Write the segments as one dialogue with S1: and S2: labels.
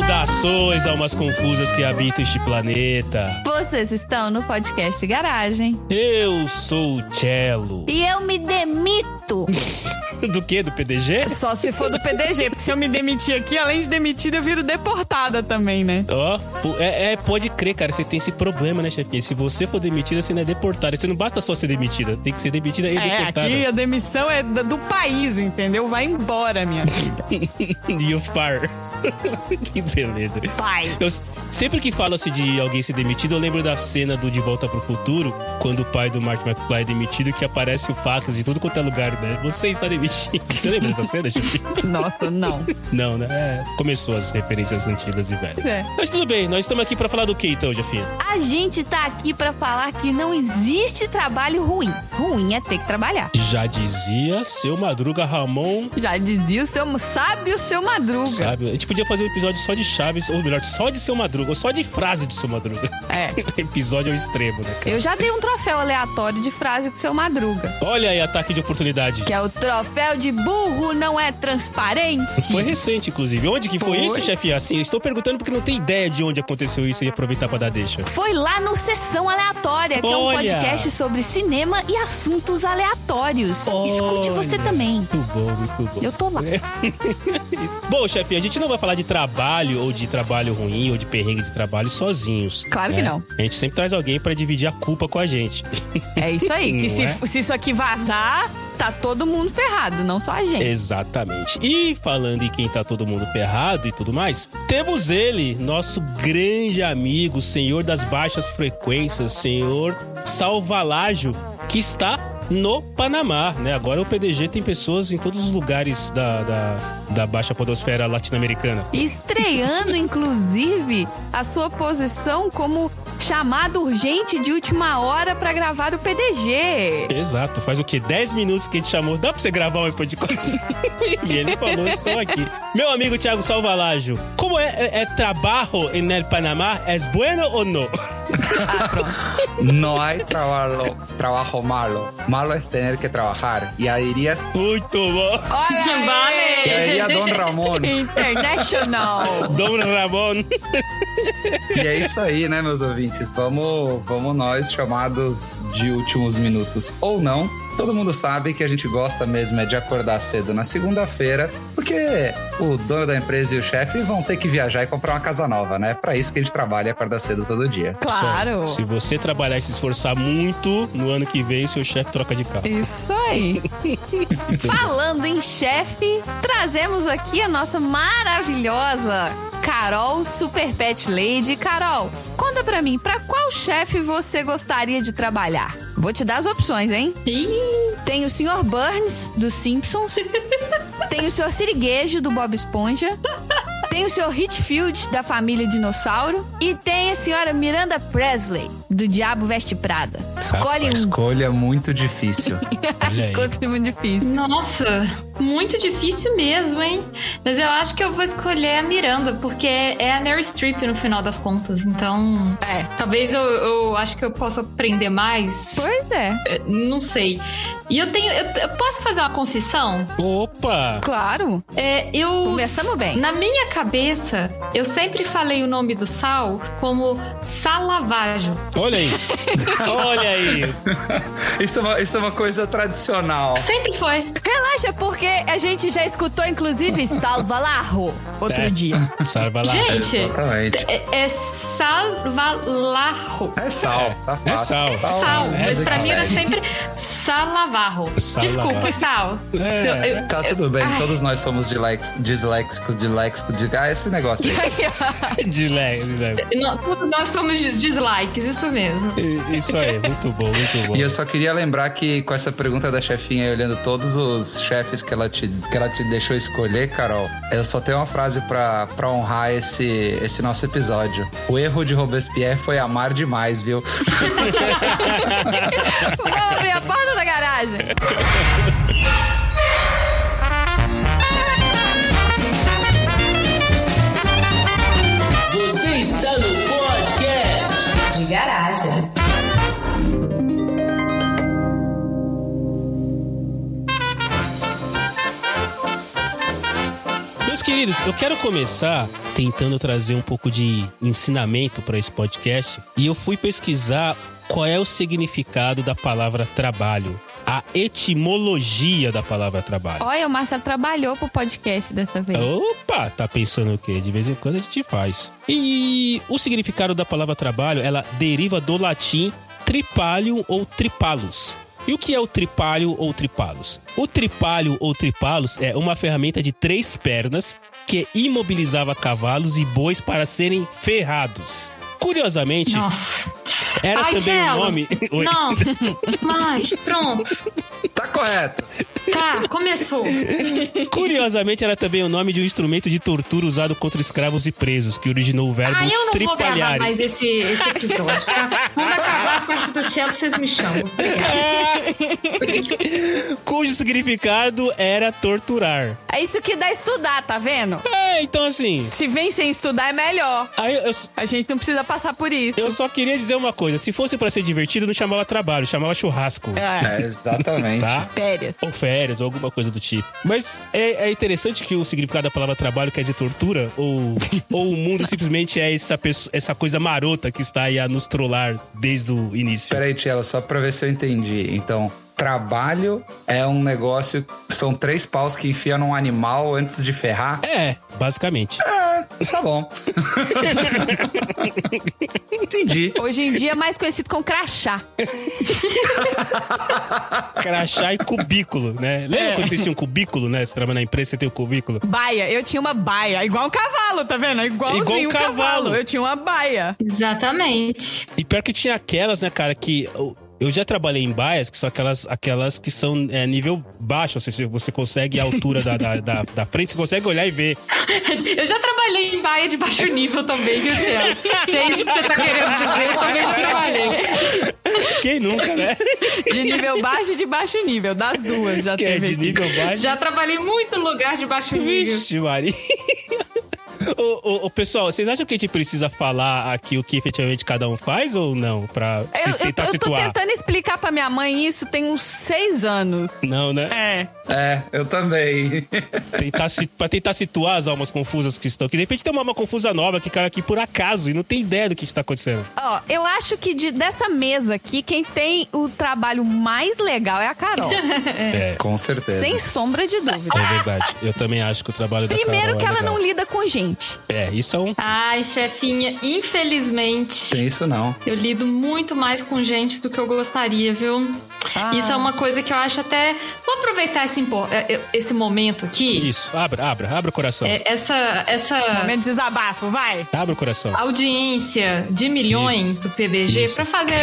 S1: saudações, almas confusas que habitam este planeta.
S2: Vocês estão no podcast Garagem.
S1: Eu sou o Cello.
S2: E eu me demito.
S1: Do que? Do PDG?
S3: Só se for do PDG, porque se eu me demitir aqui, além de demitida, eu viro deportada também, né?
S1: Ó, pu- é, é, pode crer, cara, você tem esse problema, né, chefinha? Se você for demitida, você não é deportada. Você não basta só ser demitida, tem que ser demitida e
S3: É,
S1: deportada.
S3: aqui a demissão é da- do país, entendeu? Vai embora, minha filha.
S1: E o far. que beleza.
S3: Pai.
S1: Eu, sempre que fala-se de alguém ser demitido, eu lembro da cena do De Volta pro Futuro, quando o pai do Martin McFly é demitido, que aparece o fax de tudo quanto é lugar, né? Você está demitido. Você lembra dessa cena, gente?
S3: Nossa, não.
S1: Não, né? É, começou as referências antigas e velhas.
S3: É.
S1: Mas tudo bem, nós estamos aqui para falar do que então, Jefinha?
S2: A gente tá aqui pra falar que não existe trabalho ruim. Ruim é ter que trabalhar.
S1: Já dizia seu Madruga Ramon.
S2: Já dizia o seu. Sabe o seu Madruga.
S1: Sabe, a gente podia fazer um episódio só de Chaves, ou melhor, só de seu Madruga, ou só de frase de seu Madruga.
S2: É.
S1: episódio ao extremo, né, cara?
S2: Eu já dei um troféu aleatório de frase com o seu Madruga.
S1: Olha aí, ataque de oportunidade.
S2: Que é o troféu de burro não é transparente.
S1: Foi recente, inclusive. Onde que foi,
S2: Foi.
S1: isso, chefe? Assim, eu estou perguntando porque não tem ideia de onde aconteceu isso e aproveitar pra dar deixa.
S2: Foi lá no Sessão Aleatória, que é um
S1: Olha!
S2: podcast sobre cinema e assuntos aleatórios. Escute você
S1: Olha. É.
S2: também.
S1: Muito bom, muito bom.
S2: Eu tô lá.
S1: Isso. Bom, chefe, a gente não vai falar de trabalho ou de trabalho ruim ou de perrengue de trabalho sozinhos. né?
S2: Claro que não.
S1: A gente sempre traz alguém pra dividir a culpa com a gente.
S2: É isso aí.
S3: Que se,
S1: Não é?
S3: se isso aqui vazar,
S2: Tá todo mundo ferrado, não só a gente.
S1: Exatamente. E falando em quem tá todo mundo ferrado e tudo mais, temos ele, nosso grande amigo, senhor das baixas frequências, senhor Salvalágio, que está no Panamá, né? Agora o PDG tem pessoas em todos os lugares da, da, da baixa podosfera latino-americana.
S2: Estreando, inclusive, a sua posição como chamado urgente de última hora pra gravar o PDG.
S1: Exato, faz o quê? 10 minutos que a gente chamou. Dá pra você gravar um podcast? e ele falou, estou aqui. Meu amigo Thiago Salvalágio, como é, é, é trabalho en el Panamá? É bueno ou não?
S4: No hay trabajo, trabajo malo. Malo es tener que trabajar. Y dirías,
S1: Muito bom.
S3: vale!
S4: diría Don Ramón.
S3: International!
S1: Dom Ramon.
S4: E é isso aí, né, meus ouvintes? Vamos, vamos nós, chamados de últimos minutos ou não. Todo mundo sabe que a gente gosta mesmo é de acordar cedo na segunda-feira, porque o dono da empresa e o chefe vão ter que viajar e comprar uma casa nova, né? Pra isso que a gente trabalha e acorda cedo todo dia.
S2: Claro.
S1: Se você trabalhar e se esforçar muito, no ano que vem seu chefe troca de carro.
S2: Isso aí. Falando em chefe, trazemos aqui a nossa maravilhosa Carol Super Pet Lady. Carol, conta pra mim, pra qual chefe você gostaria de trabalhar? Vou te dar as opções, hein? Tem o Sr. Burns, dos Simpsons. Tem o Sr. Siriguejo, do Bob Esponja. Tem o Sr. Hitfield, da família Dinossauro. E tem a Sra. Miranda Presley, do Diabo Veste Prada. Escolhe um.
S4: Escolha muito difícil.
S1: Olha
S2: As
S1: aí.
S2: coisas são muito difíceis.
S5: Nossa, muito difícil mesmo, hein? Mas eu acho que eu vou escolher a Miranda, porque é a Mary Streep no final das contas. Então,
S2: É.
S5: talvez eu, eu acho que eu possa aprender mais.
S2: Pois é.
S5: É, Não sei. E eu tenho. Eu, eu posso fazer uma confissão?
S1: Opa!
S2: Claro.
S5: É, eu.
S2: Começamos bem.
S5: Na minha cabeça, eu sempre falei o nome do sal como salavajo.
S1: Olha aí! Olha aí!
S4: isso, é uma, isso é uma coisa tradicional.
S5: Sempre foi.
S2: Relaxa, porque a gente já escutou, inclusive, Salva Larro outro
S1: É.
S2: dia.
S1: Salva lá.
S5: Gente,
S4: Exatamente.
S5: é, é salvalarro.
S4: É sal, tá
S1: É
S4: fácil.
S1: sal.
S5: Sal,
S1: né?
S5: mas pra mim era
S1: Sal.
S5: sempre salavarro.
S1: Salavarro.
S5: Desculpa, Sal.
S1: É.
S5: Se eu- eu-
S4: Tá tudo bem, todos nós somos dilex- disléxicos, disléxicos, de... ah, esse negócio. aí.
S1: De leve, de leve.
S5: nó- nós somos dis- dislikes, isso mesmo.
S1: Isso aí, muito bom, muito bom.
S4: E eu só queria lembrar que com essa pergunta da chefinha, olhando todos os chefes que ela te, que ela te deixou escolher, Carol, eu só tenho uma frase pra, pra honrar esse, esse nosso episódio. O erro de Robespierre foi amar demais, viu?
S2: Vamos abrir a porta da garagem.
S6: Você está no podcast
S7: de garagem.
S1: Meus queridos, eu quero começar tentando trazer um pouco de ensinamento para esse podcast. E eu fui pesquisar qual é o significado da palavra trabalho. A etimologia da palavra trabalho.
S2: Olha, o Marcelo trabalhou pro podcast dessa vez.
S1: Opa, tá pensando o quê? De vez em quando a gente faz. E o significado da palavra trabalho, ela deriva do latim tripalium ou tripalus. E o que é o tripalho ou tripalos? O tripalho ou tripalos é uma ferramenta de três pernas que imobilizava cavalos e bois para serem ferrados. Curiosamente,
S5: Nossa.
S1: era
S5: Ai,
S1: também o
S5: Tchelo.
S1: nome. Oi.
S5: Não. Mas, pronto.
S4: Tá correto.
S5: Tá, começou.
S1: Curiosamente, era também o nome de um instrumento de tortura usado contra escravos e presos, que originou o verbo
S5: Ah, eu não vou gravar
S1: tripalhar.
S5: mais esse, esse episódio, tá? Quando acabar a parte do Cello, vocês me chamam. Obrigada.
S1: Cujo significado era torturar.
S2: É isso que dá estudar, tá vendo?
S1: É, então assim.
S3: Se vem sem estudar, é melhor.
S1: Aí eu,
S3: A gente não precisa passar por isso.
S1: eu só queria dizer uma coisa: se fosse pra ser divertido, não chamava trabalho, chamava churrasco.
S3: É,
S4: É, exatamente.
S1: Tá?
S3: férias.
S1: Ou férias, ou alguma coisa do tipo. Mas é, é interessante que o significado da palavra trabalho quer dizer tortura, ou, ou o mundo simplesmente é essa, pesso- essa coisa marota que está aí a nos trollar desde o início.
S4: Peraí, Tiela, só pra ver se eu entendi. Então, trabalho é um negócio. São três paus que enfia num animal antes de ferrar.
S1: É, basicamente.
S4: Tá bom. entendi.
S2: Hoje em dia é mais conhecido como crachá.
S1: Crachá e cubículo, né? Lembra quando vocês tinham cubículo, né? Você trabalha na empresa, você tem o cubículo.
S3: Baia, eu tinha uma baia, igual um cavalo, tá vendo? Igualzinho
S1: Igual um
S3: um cavalo.
S1: cavalo.
S3: Eu tinha uma baia.
S5: Exatamente.
S1: E pior que tinha aquelas, né, cara, que. Eu, eu já trabalhei em baias, que são aquelas, aquelas que são é, nível baixo. Ou seja, você consegue a altura da, da, da, da frente, você consegue olhar e ver.
S5: Eu já trabalhei em baia de baixo nível também, viu, Cello? Se é isso que você tá querendo dizer, eu também já trabalhei.
S1: Quem nunca, né?
S3: De nível baixo e de baixo nível, das duas já
S1: Que é
S3: teve.
S1: de
S3: aqui.
S1: nível baixo.
S5: Já trabalhei muito em lugar de baixo nível.
S1: Vixe, Maria. Ô, ô, ô, pessoal, vocês acham que a gente precisa falar aqui o que efetivamente cada um faz ou não? Pra se
S2: Eu, eu,
S1: tentar
S2: eu tô
S1: situar.
S2: tentando explicar pra minha mãe isso tem uns seis anos.
S1: Não, né?
S3: É.
S4: É, eu também.
S1: tentar, si- pra tentar situar as almas confusas que estão aqui. De repente tem uma alma confusa nova que caiu aqui por acaso e não tem ideia do que está acontecendo.
S2: Ó, eu acho que de- dessa mesa aqui, quem tem o trabalho mais legal é a Carol.
S1: É,
S4: Com certeza.
S2: sem sombra de dúvida.
S1: é verdade. Eu também acho que o trabalho
S2: Primeiro
S1: da Carol
S2: que
S1: é
S2: ela
S1: legal.
S2: não lida com gente.
S1: É, isso é um...
S5: Ai, chefinha, infelizmente.
S4: Tem isso não.
S5: Eu lido muito mais com gente do que eu gostaria, viu?
S2: Ah.
S5: Isso é uma coisa que eu acho até. Vou aproveitar esse, impo- eh, eh, esse momento aqui.
S1: Isso, abra, abra, abra o coração.
S2: É.
S5: eh, Essa, essa
S3: Momento de Tá. desabafo, vai.
S1: Abra o coração.
S5: audiência de milhões do PBG
S1: Isso.
S5: para fazer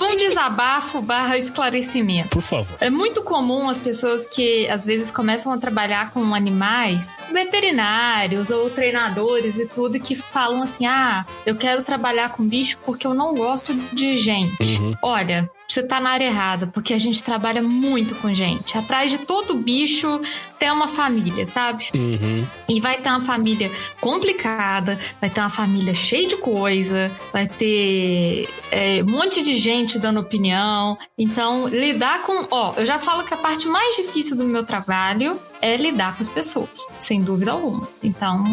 S5: um desabafo barra esclarecimento.
S1: Por favor.
S5: É muito comum as pessoas que às vezes começam a trabalhar com animais, veterinários ou treinadores e tudo, que falam assim: ah, eu quero trabalhar com bicho porque eu não gosto de gente. Olha. Você tá na área errada, porque a gente trabalha muito com gente. Atrás de todo bicho tem uma família, sabe?
S1: Uhum.
S5: E vai ter uma família complicada, vai ter uma família cheia de coisa, vai ter é, um monte de gente dando opinião. Então, lidar com. Ó, eu já falo que a parte mais difícil do meu trabalho é lidar com as pessoas, sem dúvida alguma. Então,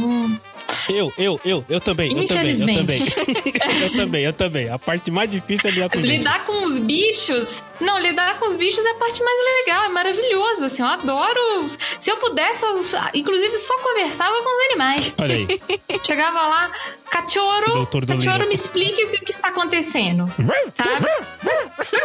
S1: Eu, eu, eu, eu também, eu também, eu também.
S5: Infelizmente.
S1: eu também, eu também. A parte mais difícil é lidar com gente.
S5: lidar com os bichos. Não, lidar com os bichos é a parte mais legal, é maravilhoso. Assim, eu adoro. Se eu pudesse, eu, inclusive, só conversava com os animais.
S1: Olha aí.
S5: Chegava lá, cachorro,
S1: Doutor Dolittle.
S5: cachorro, me explique o que, que está acontecendo. Sabe?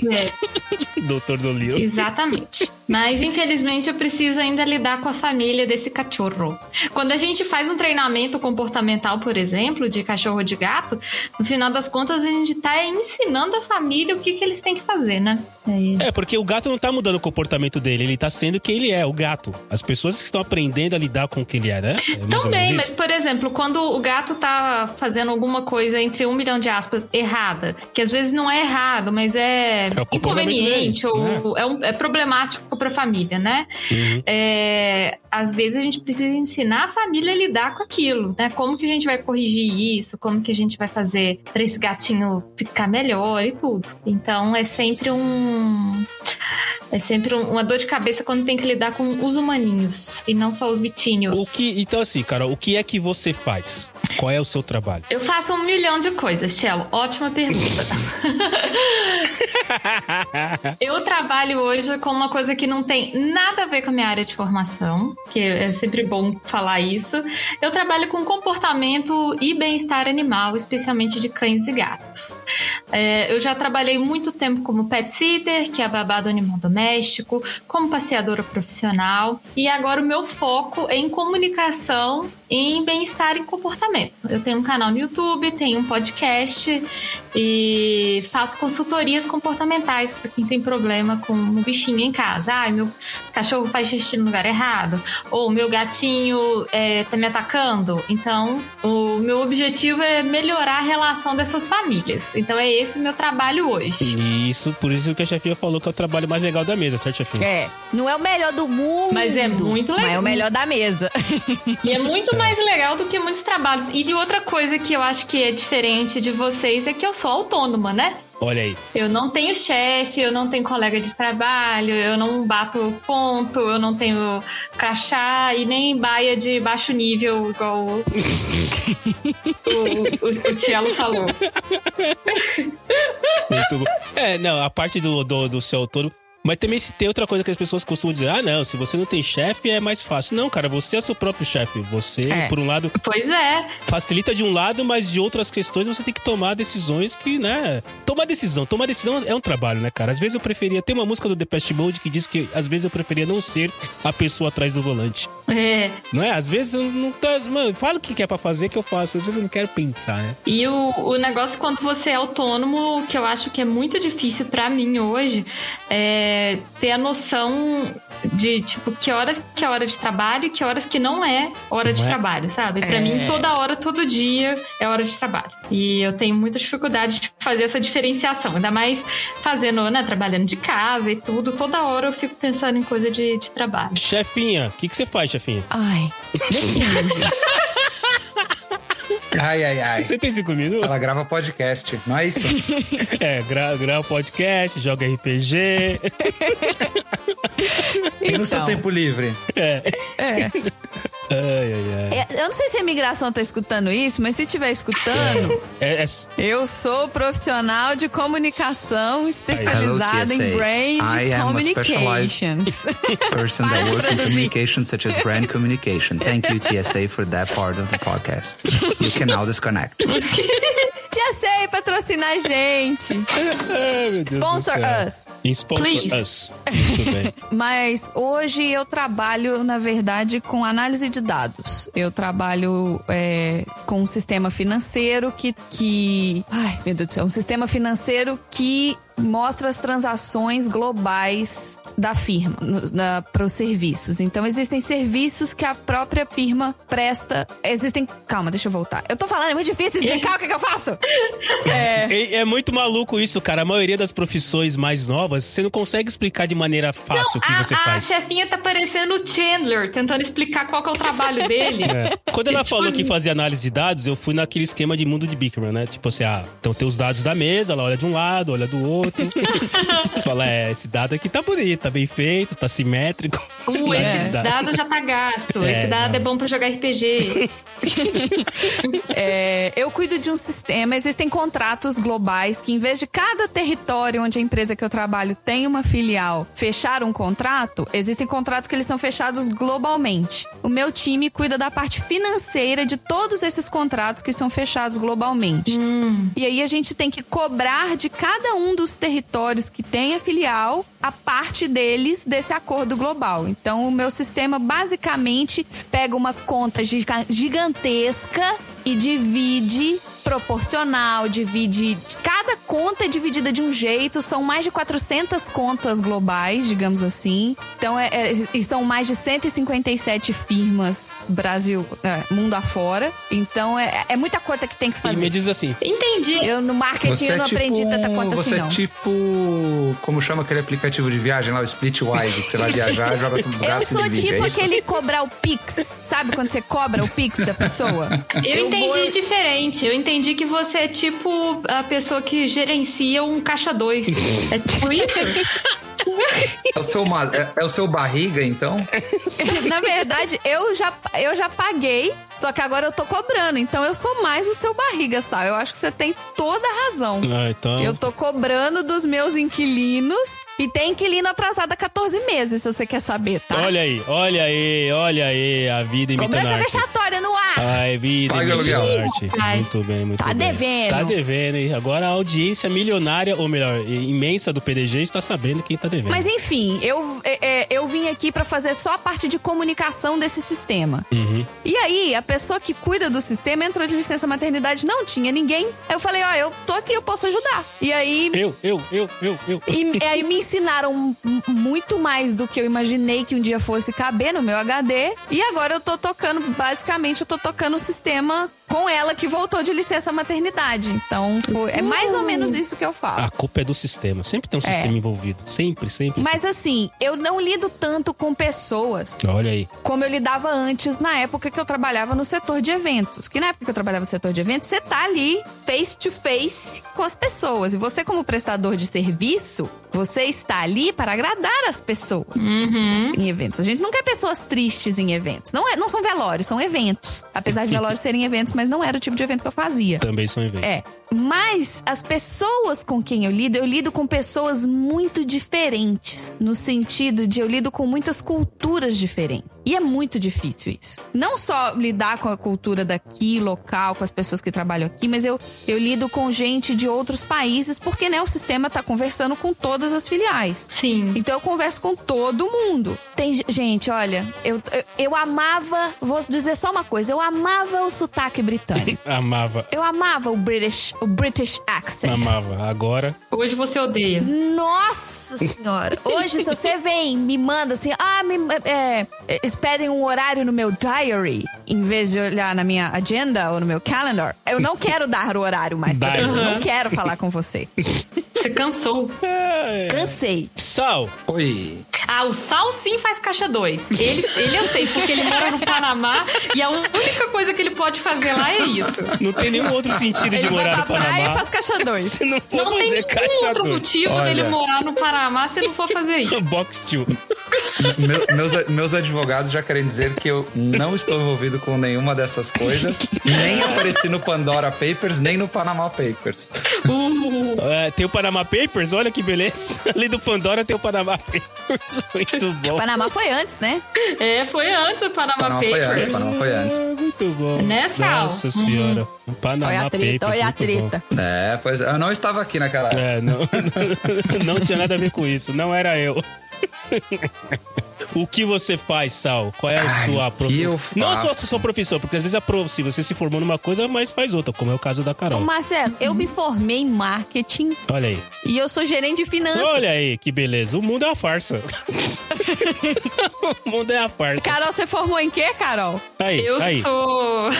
S5: É,
S1: Doutor Dolio.
S5: exatamente. Mas infelizmente eu preciso ainda lidar com a família desse cachorro. Quando a gente faz um treinamento comportamental, por exemplo, de cachorro de gato, no final das contas a gente tá ensinando a família o que, que eles têm que fazer, né? É,
S1: É, porque o gato não tá mudando o comportamento dele, ele tá sendo quem ele é, o gato. As pessoas que estão aprendendo a lidar com o que ele é, né? É mais ou
S5: Também,
S1: menos
S5: mas
S1: isso?
S5: por exemplo, quando o gato tá fazendo alguma coisa entre um milhão de aspas errada, que às vezes não é errado, mas é,
S1: É o comportamento né?
S5: inconveniente, doente ou é, um- é problemático para a família, né?
S1: Uhum.
S5: É, às vezes a gente precisa ensinar a família a lidar com aquilo, né? Como que a gente vai corrigir isso? Como que a gente vai fazer para esse gatinho ficar melhor e tudo? Então é sempre um é sempre um- uma dor de cabeça quando tem que lidar com os humaninhos e não só os bitinhos.
S1: O que, então, assim, Carol, o que é que você faz? Qual é o seu trabalho?
S5: Eu faço um milhão de coisas, Chelo. Ótima pergunta. eu trabalho hoje com uma coisa que não tem nada a ver com a minha área de formação, que é sempre bom falar isso. Eu trabalho com comportamento e bem-estar animal, especialmente de cães e gatos. É, eu já trabalhei muito tempo como pet sitter, que é a babá do animal doméstico, como passeadora profissional, e agora o meu foco é em comunicação, em bem-estar e comportamento. Eu tenho um canal no YouTube, tenho um podcast e faço consultorias comportamentais para quem tem problema com um bichinho em casa. Ai, meu cachorro faz xixi no lugar errado, ou meu gatinho é, tá me atacando. Então, o meu objetivo é melhorar a relação dessas famílias. Então, é esse o meu trabalho hoje.
S1: E isso, por isso que a chefinha falou que é o trabalho mais legal da mesa, certo, chefinha?
S2: É, não é o melhor do mundo.
S5: Mas é muito
S2: Mas é
S5: legal.
S2: o melhor da mesa.
S5: E é muito mais legal do que muitos trabalhos. E de outra coisa que eu acho que é diferente de vocês é que eu sou autônoma, né?
S1: Olha aí.
S5: Eu não tenho chefe, eu não tenho colega de trabalho, eu não bato ponto, eu não tenho crachá e nem baia de baixo nível, igual o, o, o, o Tielo falou.
S1: Muito bom. É, não, a parte do, do, do seu autônomo. Mas também se tem outra coisa que as pessoas costumam dizer: ah, não, se você não tem chefe é mais fácil. Não, cara, você é seu próprio chefe. Você,
S2: É.
S1: por um lado,
S5: Pois é,
S1: facilita de um lado, mas de outras questões você tem que tomar decisões que, né? Tomar decisão. Tomar decisão é um trabalho, né, cara? Às vezes eu preferia. Tem uma música do Depeche Mode que diz que às vezes eu preferia não ser a pessoa atrás do volante.
S5: é.
S1: Não é? Às vezes eu não tá. Mano, fala o que que é pra fazer que eu faço. Às vezes eu não quero pensar, né?
S5: E o, o negócio quando você é autônomo, o que eu acho que é muito difícil pra mim hoje, é ter a noção de tipo que horas que é hora de trabalho e que horas que não é hora de
S1: Não é?
S5: trabalho, sabe? Pra
S2: É.
S5: mim toda hora, todo dia é hora de trabalho. E eu tenho muita dificuldade de fazer essa diferenciação, ainda mais fazendo, né, trabalhando de casa e tudo, toda hora eu fico pensando em coisa de, de trabalho.
S1: Chefinha, o que, que você faz, chefinha?
S2: Ai, depende.
S4: Ai, ai, ai.
S1: Você tem cinco minutos?
S4: Ela grava podcast, não é isso?
S1: É, grava gra podcast, joga RPG.
S4: E
S2: Então.
S4: no seu tempo livre?
S1: Ai, ai, ai.
S2: É, eu não sei se a imigração tá escutando isso, mas se estiver escutando,
S1: É, é,
S2: eu sou profissional de comunicação especializada em
S4: TSA.
S2: brand
S4: I am a
S2: communications.
S4: Person
S2: Para
S4: that
S2: de
S4: works in
S2: traduzir.
S4: communication such as brand communication. Thank you, TSA, for that part of the podcast. You can now disconnect.
S2: TSA patrocinar a gente.
S1: Ai, meu Deus do
S2: Sponsor
S1: céu.
S2: us.
S1: E Sponsor
S5: Please.
S1: us. Muito bem.
S2: Mas hoje eu trabalho, na verdade, com análise de dados. Eu trabalho é, com um sistema financeiro que, que. Ai, meu Deus do céu. Um sistema financeiro que mostra as transações globais da firma para os serviços. Então existem serviços que a própria firma presta. Existem. Calma, deixa eu voltar. Eu tô falando, é muito difícil explicar o que, que eu faço.
S1: É, é muito maluco isso, cara. A maioria das profissões mais novas, você não consegue explicar de maneira fácil o que
S5: a,
S1: você
S5: Ah, a
S1: faz.
S5: chefinha tá parecendo o Chandler, tentando explicar qual que é o trabalho dele.
S1: É. Quando ela
S5: É, tipo,
S1: falou que fazia análise de dados, eu fui naquele esquema de mundo de Bikman, né? Tipo assim, ah, então tem os dados da mesa, ela olha de um lado, olha do outro. Fala, é, esse dado aqui tá bonito, tá bem feito, tá simétrico.
S5: Uh,
S1: Análise
S5: esse
S1: de dados.
S5: dado já tá gasto.
S1: É,
S5: esse dado
S1: não.
S5: é bom pra jogar RPG.
S2: É, eu cuido de um sistema. Existem contratos globais que, em vez de cada território onde a empresa que eu trabalho tem uma filial fechar um contrato, existem contratos que eles são fechados globalmente. O meu time cuida da parte financeira de todos esses contratos que são fechados globalmente. E aí a gente tem que cobrar de cada um dos territórios que tem a filial a parte deles desse acordo global. Então o meu sistema basicamente pega uma conta giga- gigantesca e divide proporcional, divide de cada cada conta é dividida de um jeito, são mais de 400 contas globais, digamos assim. Então, é, é- e são mais de 157 firmas Brasil, é, mundo afora. Então, é, é muita conta que tem que
S1: E me
S2: fazer.
S1: diz assim,
S5: Entendi.
S2: Eu no marketing eu não aprendi tanta
S4: um-
S2: conta
S4: Você
S2: assim, não.
S4: é tipo. Como chama aquele aplicativo de viagem lá, o Splitwise, que você vai viajar joga todos os
S2: Eu
S4: gastos
S2: sou
S4: de vídeo.
S2: tipo
S4: é isso?
S2: aquele cobrar o Pix, sabe? Quando você cobra o Pix da pessoa. vou-
S5: Eu, entendi diferente. Eu entendi que você é tipo a pessoa que gerencia um caixa 2. é tipo isso?
S4: É o seu, ma- é- é o seu barriga, então?
S2: Na verdade, eu já, eu já paguei, só que agora eu tô cobrando. Então eu sou mais o seu barriga, Sal. Eu acho que você tem toda a razão.
S1: ah, então...
S2: Eu tô cobrando dos meus inquilinos e tem inquilino atrasado há 14 meses, se você quer saber, tá?
S1: Olha aí, olha aí, olha aí, a vida imitando
S2: Cobrança
S1: arte.
S2: vexatória no ar!
S4: Ah,
S1: Ai, vida
S4: Paga
S1: imitando
S4: aluguel.
S1: arte.
S5: Ai.
S1: Muito bem, muito
S2: Tá
S1: bem.
S2: devendo.
S1: Tá devendo, hein? Agora a audiência milionária, ou melhor, i- imensa do PDG está sabendo quem tá devendo.
S2: Mas enfim, eu, é, é, eu vim aqui pra fazer só a parte de comunicação desse sistema. E aí, a pessoa que cuida do sistema entrou de licença maternidade, não tinha ninguém. Aí eu falei, ó, eu tô aqui, eu posso ajudar. E aí.
S1: Eu, eu, eu, eu, eu.
S2: E e aí me ensinaram m- muito mais do que eu imaginei que um dia fosse caber no meu HD. E agora eu tô tocando, basicamente, eu tô tocando o sistema com ela que voltou de licença maternidade. Então, pô, é mais ou menos isso que eu falo.
S1: A culpa é do sistema. Sempre tem um
S2: É.
S1: sistema envolvido. Sempre, sempre.
S2: Mas assim, eu não lido tanto com pessoas
S1: Olha aí.
S2: como eu lidava antes na época que eu trabalhava no setor de eventos. Que na época que eu trabalhava no setor de eventos, você tá ali face to face com as pessoas. E você, como prestador de serviço, você está ali para agradar as pessoas
S5: Uhum.
S2: em eventos. A gente não quer pessoas tristes em eventos. Não, é, não são velórios, são eventos. Apesar de velórios serem eventos, mas não era o tipo de evento que eu fazia.
S1: Também um são eventos.
S2: É. Mas as pessoas com quem eu lido, eu lido com pessoas muito diferentes. No sentido de eu lido com muitas culturas diferentes. E é muito difícil isso. Não só lidar com a cultura daqui, local, com as pessoas que trabalham aqui, mas eu, eu lido com gente de outros países, porque né, o sistema tá conversando com todas as filiais.
S5: Sim.
S2: Então eu converso com todo mundo. Tem ge- gente, olha, eu, eu, eu amava, vou dizer só uma coisa, eu amava o sotaque britânico.
S1: Amava,
S2: Eu amava o British, o British accent.
S1: amava. Agora.
S5: Hoje você odeia.
S2: Nossa senhora! Hoje, se você vem, me manda assim, ah, me, é, é, eles pedem um horário no meu diary, em vez de olhar na minha agenda ou no meu calendar, eu não quero dar o horário mais pra
S1: Diary.
S2: pessoa, eu não quero falar com você.
S5: Você cansou.
S1: É.
S2: Cansei.
S1: Sal!
S4: Oi.
S5: Ah, o Sal sim faz caixa 2. Ele, ele eu sei, porque ele mora no Panamá e a única coisa que ele pode fazer lá é isso.
S1: Não tem nenhum outro sentido
S2: Ele
S1: de
S2: vai
S1: morar
S2: pra
S1: no
S2: praia e
S1: Panamá.
S2: faz assim. caixa dois.
S1: Se não for
S5: Não tem
S1: fazer
S5: nenhum
S1: caixa
S5: outro
S1: dois.
S5: motivo
S4: Olha.
S5: dele morar no Panamá se não for fazer isso.
S1: Box two.
S4: Meu- meus, meus advogados já querem dizer que eu não estou envolvido com nenhuma dessas coisas. nem apareci no Pandora Papers, nem no Panama Papers.
S5: Uh,
S1: É, tem o Panama Papers, olha que beleza. Ali do Pandora tem o Panama Papers. Muito bom.
S2: Panamá foi antes, né?
S5: é, foi antes o Panama,
S4: Panama foi antes,
S5: Papers.
S4: Panama foi antes.
S1: É, muito bom.
S5: Né, Sal?
S1: Nossa senhora. O Panama
S2: Uhum. Olha a treta,
S1: Papers.
S2: olha a
S1: muito
S2: treta.
S4: É, pois é. eu não estava aqui naquela
S1: bom.
S4: época.
S1: É, não, não tinha nada a ver com isso. Não era eu. O que você faz, Sal? Qual é a
S4: Ai,
S1: sua
S4: o que eu faço?
S1: Não a sua, sua profissão, porque às vezes a prof, se você se formou numa coisa, mas faz outra, como é o caso da
S2: Ô,
S1: Carol.
S2: Marcelo, eu me formei em marketing
S1: Olha aí.
S2: e eu sou gerente de finanças.
S1: Olha aí, que beleza. O mundo é uma farsa. o mundo é uma farsa. Tá
S2: Carol, você formou em quê, Carol?
S1: Aí,
S5: Eu
S1: aí.
S5: sou.
S1: Ó, ó,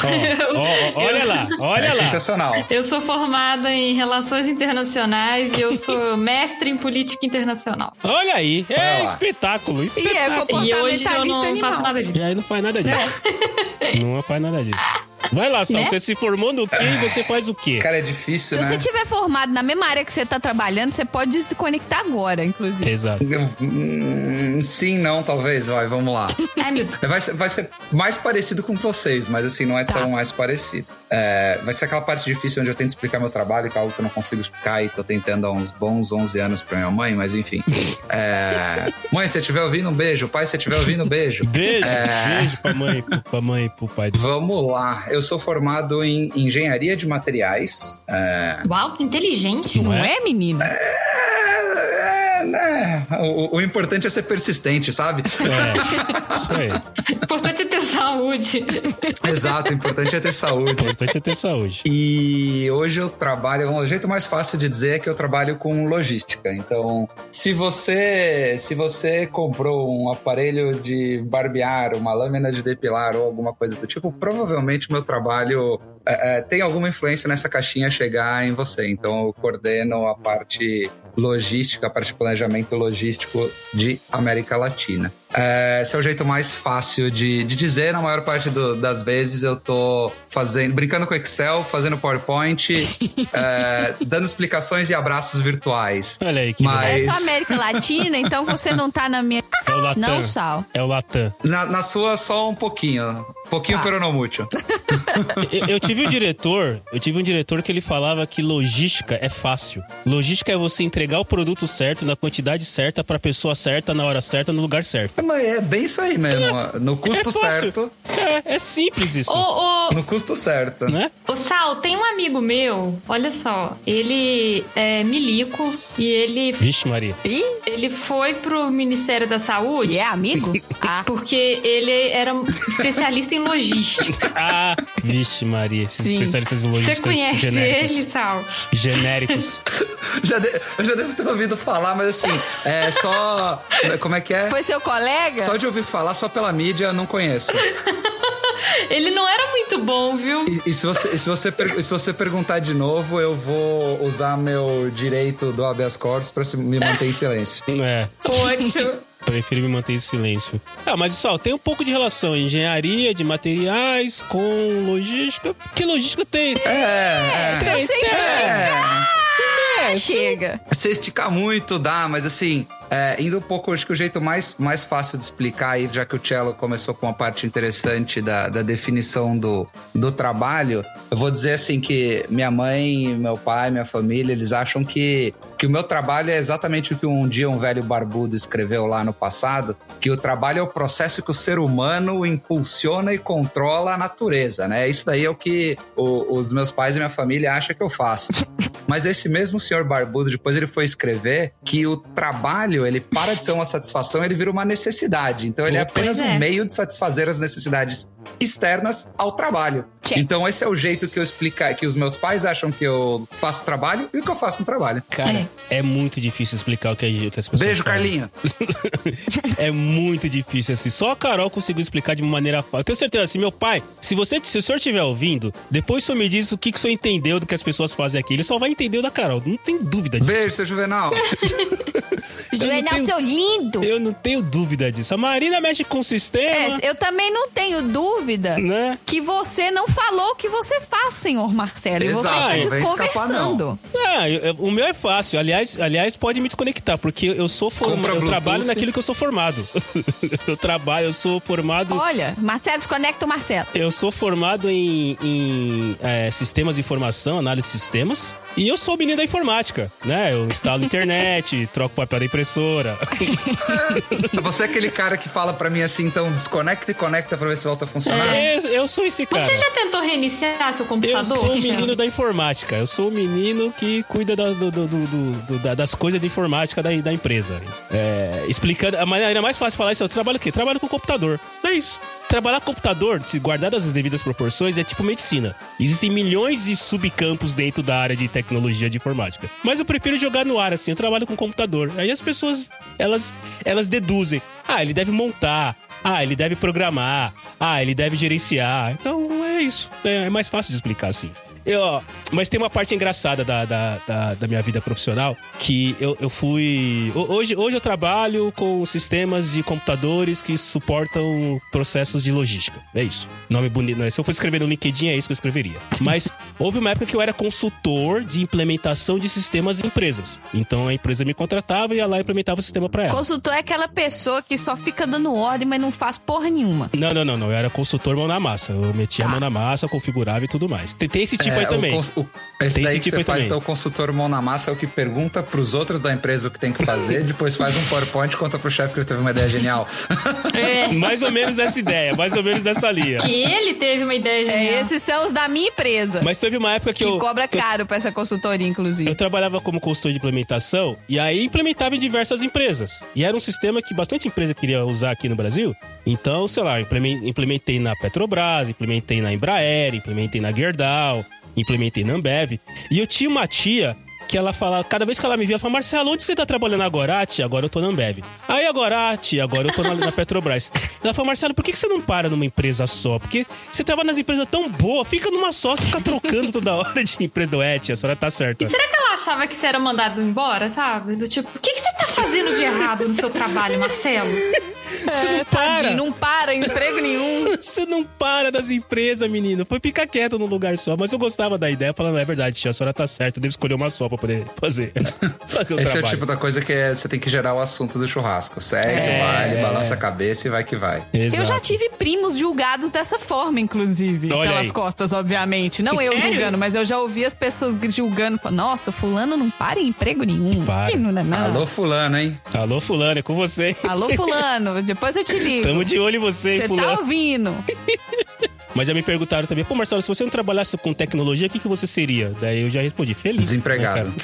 S1: ó, olha
S5: eu-
S1: lá, olha
S4: é
S1: lá.
S4: sensacional.
S5: Eu sou formada em Relações Internacionais e eu sou mestre em Política Internacional.
S1: Olha aí. É
S4: Olha lá.
S1: espetáculo,
S2: E
S1: espetáculo.
S2: é
S5: E hoje eu
S2: comportamentalista
S5: não faço
S2: animal.
S5: nada disso.
S1: E aí não faz nada disso. não faz nada disso. Vai lá, Sal,
S5: Né?
S1: você se formou no quê e você faz o quê?
S4: Cara, é
S2: Se
S4: difícil, né?
S2: Então você tiver formado na mesma área que você tá trabalhando, você pode desconectar agora, inclusive.
S1: Exato.
S4: Eu- hum, Sim, não, talvez. Vai, vamos lá.
S5: Ai, meu Deus.
S4: Vai ser, vai ser mais parecido com vocês, mas assim, não é
S2: Tá.
S4: tão mais parecido. É, vai ser aquela parte difícil onde eu tento explicar meu trabalho, que é algo que eu não consigo explicar e tô tentando há uns bons 11 anos pra minha mãe, mas enfim. É, mãe, se você estiver ouvindo, um beijo. Pai, se você estiver ouvindo, um beijo.
S1: Beijo,
S4: É.
S1: beijo pra mãe, pro- pra mãe, e pro pai. do-
S4: Vamos lá. Eu sou formado em engenharia de materiais. É,
S1: É,
S2: é,
S5: Uau, que inteligente.
S1: Não
S2: Não
S1: é?
S2: é, menina?
S4: é, né? O, o importante é ser persistente, sabe?
S1: É, isso aí.
S5: O importante é ter saúde.
S4: Exato, o importante é ter
S1: O
S4: saúde.
S1: importante é ter saúde.
S4: E hoje eu trabalho, o jeito mais fácil de dizer é que eu trabalho com logística. Então, se você, se você comprou um aparelho de barbear, uma lâmina de depilar ou alguma coisa do tipo, provavelmente meu trabalho é, é, tem alguma influência nessa caixinha chegar em você. Então, eu coordeno a parte logística, a parte de planejamento logístico de América Latina. É, esse é o jeito mais fácil de, de dizer. Na maior parte do- das vezes eu tô fazendo, brincando com Excel, fazendo PowerPoint, é, dando explicações e abraços virtuais.
S1: Olha aí que
S4: Mas-
S1: legal.
S2: É só América Latina, então você não tá na minha.
S1: É o Latam.
S2: Não, Sal.
S1: É o Latam.
S4: Na, na sua, só um pouquinho. Pouquinho
S2: Tá.
S4: peronomútil.
S1: Eu, eu tive um diretor, eu tive um diretor que ele falava que logística é fácil. Logística é você entregar o produto certo, na quantidade certa, pra pessoa certa, na hora certa, no lugar certo.
S4: Mas é bem isso aí mesmo. No custo
S1: é fácil.
S4: certo.
S1: É, é simples isso,
S5: Ô, ô,
S4: No custo certo.
S1: né?
S5: ô, Sal, tem um amigo meu, olha só, ele é milico e ele,
S1: Vixe, Maria.
S2: Ih,
S5: ele foi pro Ministério da Saúde
S2: e é amigo? Ah.
S5: porque ele era um especialista em logística.
S1: Ah, vixe, Maria. Esses
S2: Sim.
S1: especialistas em
S5: Você
S1: logística
S5: conhece
S1: genéricos.
S5: ele, Sal?
S1: Genéricos.
S4: Já de- eu já devo ter ouvido falar, mas assim, é só. Como é que é?
S2: Foi seu colega?
S4: Só de ouvir falar, só pela mídia, não conheço.
S5: Ele não era muito bom, viu?
S4: E, e se, você, e se, você per- se você perguntar de novo, eu vou usar meu direito do habeas corpus pra se- me manter em silêncio.
S1: é.
S5: Poxa.
S1: Prefiro me manter em silêncio. Ah, mas só tem um pouco de relação engenharia de materiais com logística. Que logística tem?
S4: É,
S2: Se eu sei
S4: é.
S2: que Ah, chega.
S4: Se eu esticar muito, dá, mas assim, é, indo um pouco, acho que o jeito mais, mais fácil de explicar aí, já que o Cello começou com uma parte interessante da, da definição do, do trabalho, eu vou dizer assim que minha mãe, meu pai, minha família, eles acham que, que o meu trabalho é exatamente o que um dia um velho barbudo escreveu lá no passado, que o trabalho é o processo que o ser humano impulsiona e controla a natureza, né? Isso daí é o que o- os meus pais e minha família acham que eu faço. Mas esse mesmo senhor barbudo, depois ele foi escrever que o trabalho, ele para de ser uma satisfação, ele vira uma necessidade. Então ele é
S1: Opa.
S4: apenas
S5: Pois
S4: um
S5: é.
S4: meio de satisfazer as necessidades externas ao trabalho.
S2: Check.
S4: Então esse é o jeito que eu explicar, que os meus pais acham que eu faço trabalho e o que eu faço no trabalho.
S1: Cara, é. muito difícil explicar o que, a- o que as pessoas
S4: Beijo,
S1: falam.
S4: Carlinho.
S1: É muito difícil assim. Só a Carol conseguiu explicar de uma maneira fácil. Eu tenho certeza, assim, meu pai, se você, se o senhor estiver ouvindo, depois o senhor me diz o que, que o senhor entendeu do que as pessoas fazem aqui. Ele só vai entender o da Carol, não tem dúvida disso.
S4: Beijo, seu Juvenal.
S2: Juvenal,
S1: tenho-
S2: seu lindo.
S1: Eu não tenho dúvida disso. A Marina mexe com o sistema,
S2: É, eu também não tenho dúvida
S1: né?
S2: que você não falou o que você faz, senhor Marcelo. E você
S4: Exato,
S2: está
S4: não vai escapar,
S2: desconversando.
S1: Ah, eu- eu- o meu é fácil. Aliás, aliás, pode me desconectar, porque eu sou
S4: Compra
S1: formado. Eu
S4: Bluetooth.
S1: trabalho naquilo que eu sou formado. eu trabalho, eu sou formado.
S2: Olha, Marcelo, desconecta o Marcelo.
S1: Eu sou formado em, em, é, sistemas de informação, análise de sistemas. E eu sou o menino da informática, né? Eu instalo internet, troco papel da impressora.
S4: Você é aquele cara que fala pra mim assim, então desconecta e conecta pra ver se volta a funcionar.
S1: Eu, eu sou esse cara.
S5: É. Você já tentou reiniciar seu
S1: Eu
S5: computador?
S1: sou o
S5: Cristiano?
S1: menino da informática. Eu sou o menino que cuida da- do- do- do- do- do- da- das coisas de informática da, da empresa. É, explicando, a maneira mais fácil de falar isso é: eu trabalho o quê? Trabalho com computador. É isso. Trabalhar com computador, se guardadas as devidas proporções, é tipo medicina. Existem milhões de subcampos dentro da área de tecnologia de informática. Mas eu prefiro jogar no ar, assim. Eu trabalho com computador. Aí as pessoas, elas, elas deduzem. Ah, ele deve montar. Ah, ele deve programar. Ah, ele deve gerenciar. Então é isso. É, é mais fácil de explicar assim. Eu, ó, mas tem uma parte engraçada da, da, da- da minha vida profissional que eu, eu fui. ho- Hoje, hoje eu trabalho com sistemas de computadores que suportam processos de logística. É isso. Nome bonito. né? Se eu for escrever no LinkedIn, é isso que eu escreveria. Mas houve uma época que eu era consultor de implementação de sistemas em empresas. Então a empresa me contratava e ia lá e implementava o sistema para ela.
S2: Consultor é aquela pessoa que só fica dando ordem, mas não faz porra nenhuma.
S1: Não, não, não, não. Eu era consultor mão na massa. Eu metia a mão na massa, configurava e tudo mais. Tem, tem esse tipo tipo aí
S4: É, o
S1: também.
S4: cons- o- esse
S1: Tem
S4: daí
S1: esse
S4: que
S1: tipo
S4: você
S1: aí
S4: faz,
S1: também.
S4: então, o consultor mão na massa é o que pergunta pros outros da empresa o que tem que fazer, depois faz um PowerPoint e conta pro chefe que ele teve uma ideia genial.
S5: É,
S1: Mais ou menos dessa ideia, mais ou menos dessa linha.
S5: que ele teve uma ideia
S2: É,
S5: genial.
S2: esses são os da minha empresa.
S1: Mas teve uma época que,
S2: que
S1: eu.
S2: cobra
S1: que eu-
S2: caro pra essa consultoria, inclusive.
S1: Eu trabalhava como consultor de implementação e aí implementava em diversas empresas. E era um sistema que bastante empresa queria usar aqui no Brasil. Então, sei lá, implemen- implementei na Petrobras, implementei na Embraer, implementei na Gerdau, implementei na Ambev. E eu tinha uma tia que ela falava, cada vez que ela me via, ela falava, Marcelo, onde você tá trabalhando agora? Ah, tia, agora eu tô na Ambev. Aí agora, ah, tia, agora eu tô na, na Petrobras. Ela falou, Marcelo, por que que você não para numa empresa só? Porque você trabalha nas empresas tão boas, fica numa só, você fica trocando toda hora de empresa. Não É, tia, a senhora tá certa.
S5: E será que ela achava que você era mandado embora, sabe? Do tipo, o que, que você tá fazendo de errado no seu trabalho, Marcelo?
S1: Você não para.
S2: É, Tadinho, não para emprego nenhum.
S1: Você não para das empresas, menino. Foi ficar quieto num lugar só. Mas eu gostava da ideia, falando, é verdade, tia, a senhora tá certa. Eu devo escolher uma só pra poder fazer, fazer o
S4: Esse é o
S1: trabalho.
S4: tipo da coisa que é- você tem que gerar o assunto do churrasco. Segue,
S1: É.
S4: vai, balança a cabeça e vai que vai.
S1: Exato.
S2: Eu já tive primos julgados dessa forma, inclusive.
S1: Olha
S3: Pelas
S1: aí.
S3: costas, obviamente. Não eu
S5: Sério?
S3: julgando, mas
S2: Mas eu já ouvi as pessoas gr- julgando. falando, Nossa, fulano não para em emprego nenhum.
S1: Para.
S2: Que não, não,
S1: Ah.
S2: não.
S4: Alô, fulano, hein?
S1: Alô, fulano, é com você.
S2: Alô, fulano. Depois eu te ligo.
S1: Tamo de olho em você, hein,
S2: Você
S1: fulano.
S2: tá ouvindo?
S1: Mas já me perguntaram também, pô, Marcelo, se você não trabalhasse com tecnologia, o que, que você seria? Daí eu já respondi, feliz. né,
S4: Desempregado.
S1: cara?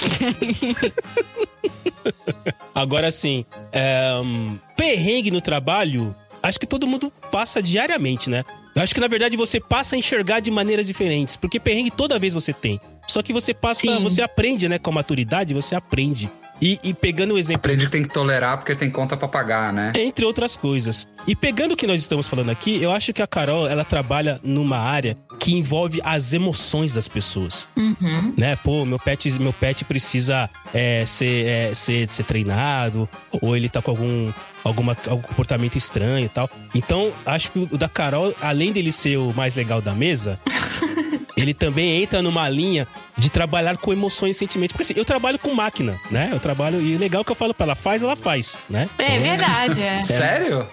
S1: Agora sim, é, hum, perrengue no trabalho, acho que todo mundo passa diariamente, né? Eu acho que na verdade você passa a enxergar de maneiras diferentes, porque perrengue toda vez você tem. Só que você passa,
S5: Sim.
S1: você aprende, né? Com a maturidade, você aprende. E, e pegando o exemplo
S4: Aprende que tem que tolerar porque tem conta pra pagar, né?
S1: entre outras coisas. E pegando o que nós estamos falando aqui, eu acho que a Carol, ela trabalha numa área que envolve as emoções das pessoas.
S5: Uhum.
S1: Né? Pô, meu pet, meu pet precisa é, ser, é, ser, ser treinado, ou ele tá com algum, alguma, algum comportamento estranho e tal. Então, acho que o da Carol, além dele ser o mais legal da mesa, ele também entra numa linha de trabalhar com emoções e sentimentos. Porque assim, eu trabalho com máquina, né? Eu trabalho, e legal que eu falo pra ela, faz, ela faz, né?
S5: É verdade, é.
S4: Sério?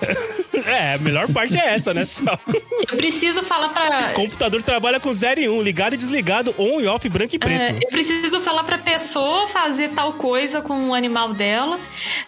S1: É, a melhor parte é essa, né? Sal?
S5: Eu preciso falar pra.
S1: computador trabalha com 0 e 1, um, ligado e desligado, on e off, branco e
S5: É,
S1: preto.
S5: eu preciso falar pra pessoa fazer tal coisa com o animal dela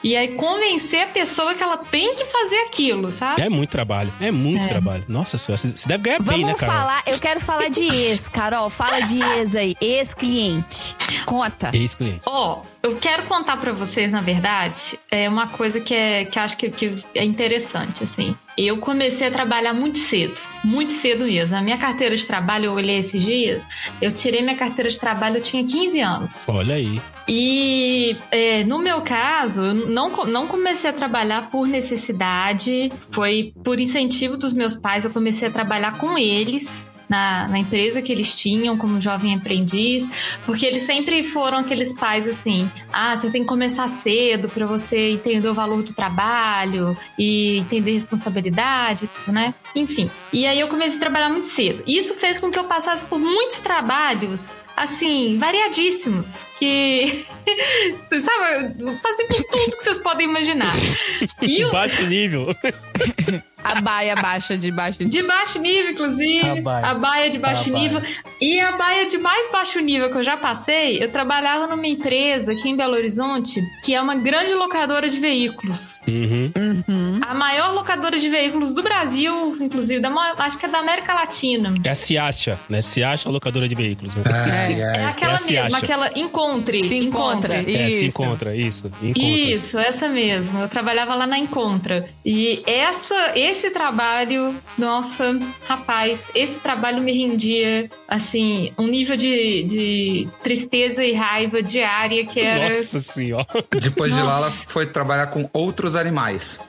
S5: e aí convencer a pessoa que ela tem que fazer aquilo, sabe?
S1: É muito trabalho, é muito trabalho. Nossa senhora, você você deve ganhar bem,
S2: Vamos
S1: né, cara?
S2: falar. Eu quero falar de ex, Carol. Fala de ex aí. Ex-cliente. Conta.
S1: Ex-cliente.
S5: Ó, eu quero contar pra vocês, na verdade, é uma coisa que, é, que eu acho que, que é interessante, assim. Eu comecei a trabalhar muito cedo, muito cedo mesmo. A minha carteira de trabalho, eu olhei esses dias, eu tirei minha carteira de trabalho, eu tinha 15 anos.
S1: Olha aí.
S5: E é, no meu caso, eu não, co- não comecei a trabalhar por necessidade, foi por incentivo dos meus pais, eu comecei a trabalhar com eles. Na, na empresa que eles tinham como jovem aprendiz, porque eles sempre foram aqueles pais assim: ah, você tem que começar cedo para você entender o valor do trabalho e entender responsabilidade, né? Enfim. E aí eu comecei a trabalhar muito cedo. Isso fez com que eu passasse por muitos trabalhos assim, variadíssimos, que sabe, eu passei por tudo que vocês podem imaginar. E o
S1: Baixo nível.
S2: A baia baixa de baixo de...
S5: de baixo nível, inclusive,
S1: A
S5: a
S1: baia.
S5: baia, de baixo
S1: A baia.
S5: nível e a baia de mais baixo nível que eu já passei, eu trabalhava numa empresa aqui em Belo Horizonte, que é uma grande locadora de veículos.
S1: Uhum.
S5: A maior locadora de veículos do Brasil, inclusive, da, ma- acho que é da América Latina.
S1: É a Ciacha, né? Ciacha locadora de veículos, né?
S4: Ai,
S5: É
S4: ai.
S5: aquela
S1: essa se
S5: mesma,
S1: acha.
S5: aquela Encontre.
S2: Se encontra.
S5: Encontre.
S1: É, se
S2: Isso.
S1: encontra, isso. Encontra.
S5: Isso, essa mesmo. Eu trabalhava lá na Encontra. E essa, esse trabalho, nossa, rapaz, esse trabalho me rendia, assim, um nível de, de tristeza e raiva diária que é era.
S1: Nossa senhora.
S4: Depois de lá, ela
S5: Nossa.
S4: foi trabalhar com outros animais.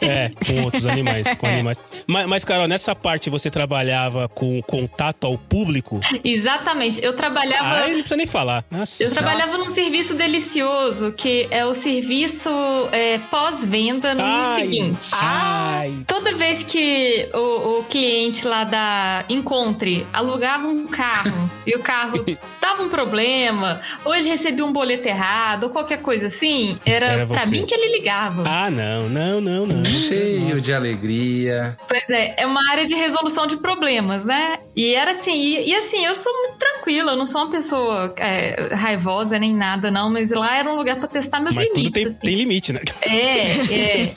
S1: É, com outros animais, com
S5: É.
S1: animais. Mas, mas, Carol, nessa parte você trabalhava com contato ao público?
S5: Exatamente. Eu trabalhava.
S1: Ah, não precisa nem falar. Nossa,
S5: Eu
S1: senhora.
S5: trabalhava num serviço delicioso, que é o serviço é, pós-venda no
S1: Ai,
S5: seguinte.
S1: Ai.
S5: Toda vez que o, o cliente lá da Encontre alugava um carro e o carro dava um problema, ou ele recebia um boleto errado, ou qualquer coisa assim, era,
S1: Era
S5: pra
S1: você.
S5: mim que ele ligava.
S1: Ah, não, não, não, não.
S4: Cheio
S1: Nossa.
S4: de alegria.
S5: Pois é, é uma área de resolução de problemas, né? E era assim, e, e assim, eu sou muito tranquila tranquila, eu não sou uma pessoa é, raivosa nem nada, não, mas lá era um lugar pra testar meus
S1: Mas tudo
S5: limites.
S1: tem,
S5: assim.
S1: tem limite, né?
S5: É, é.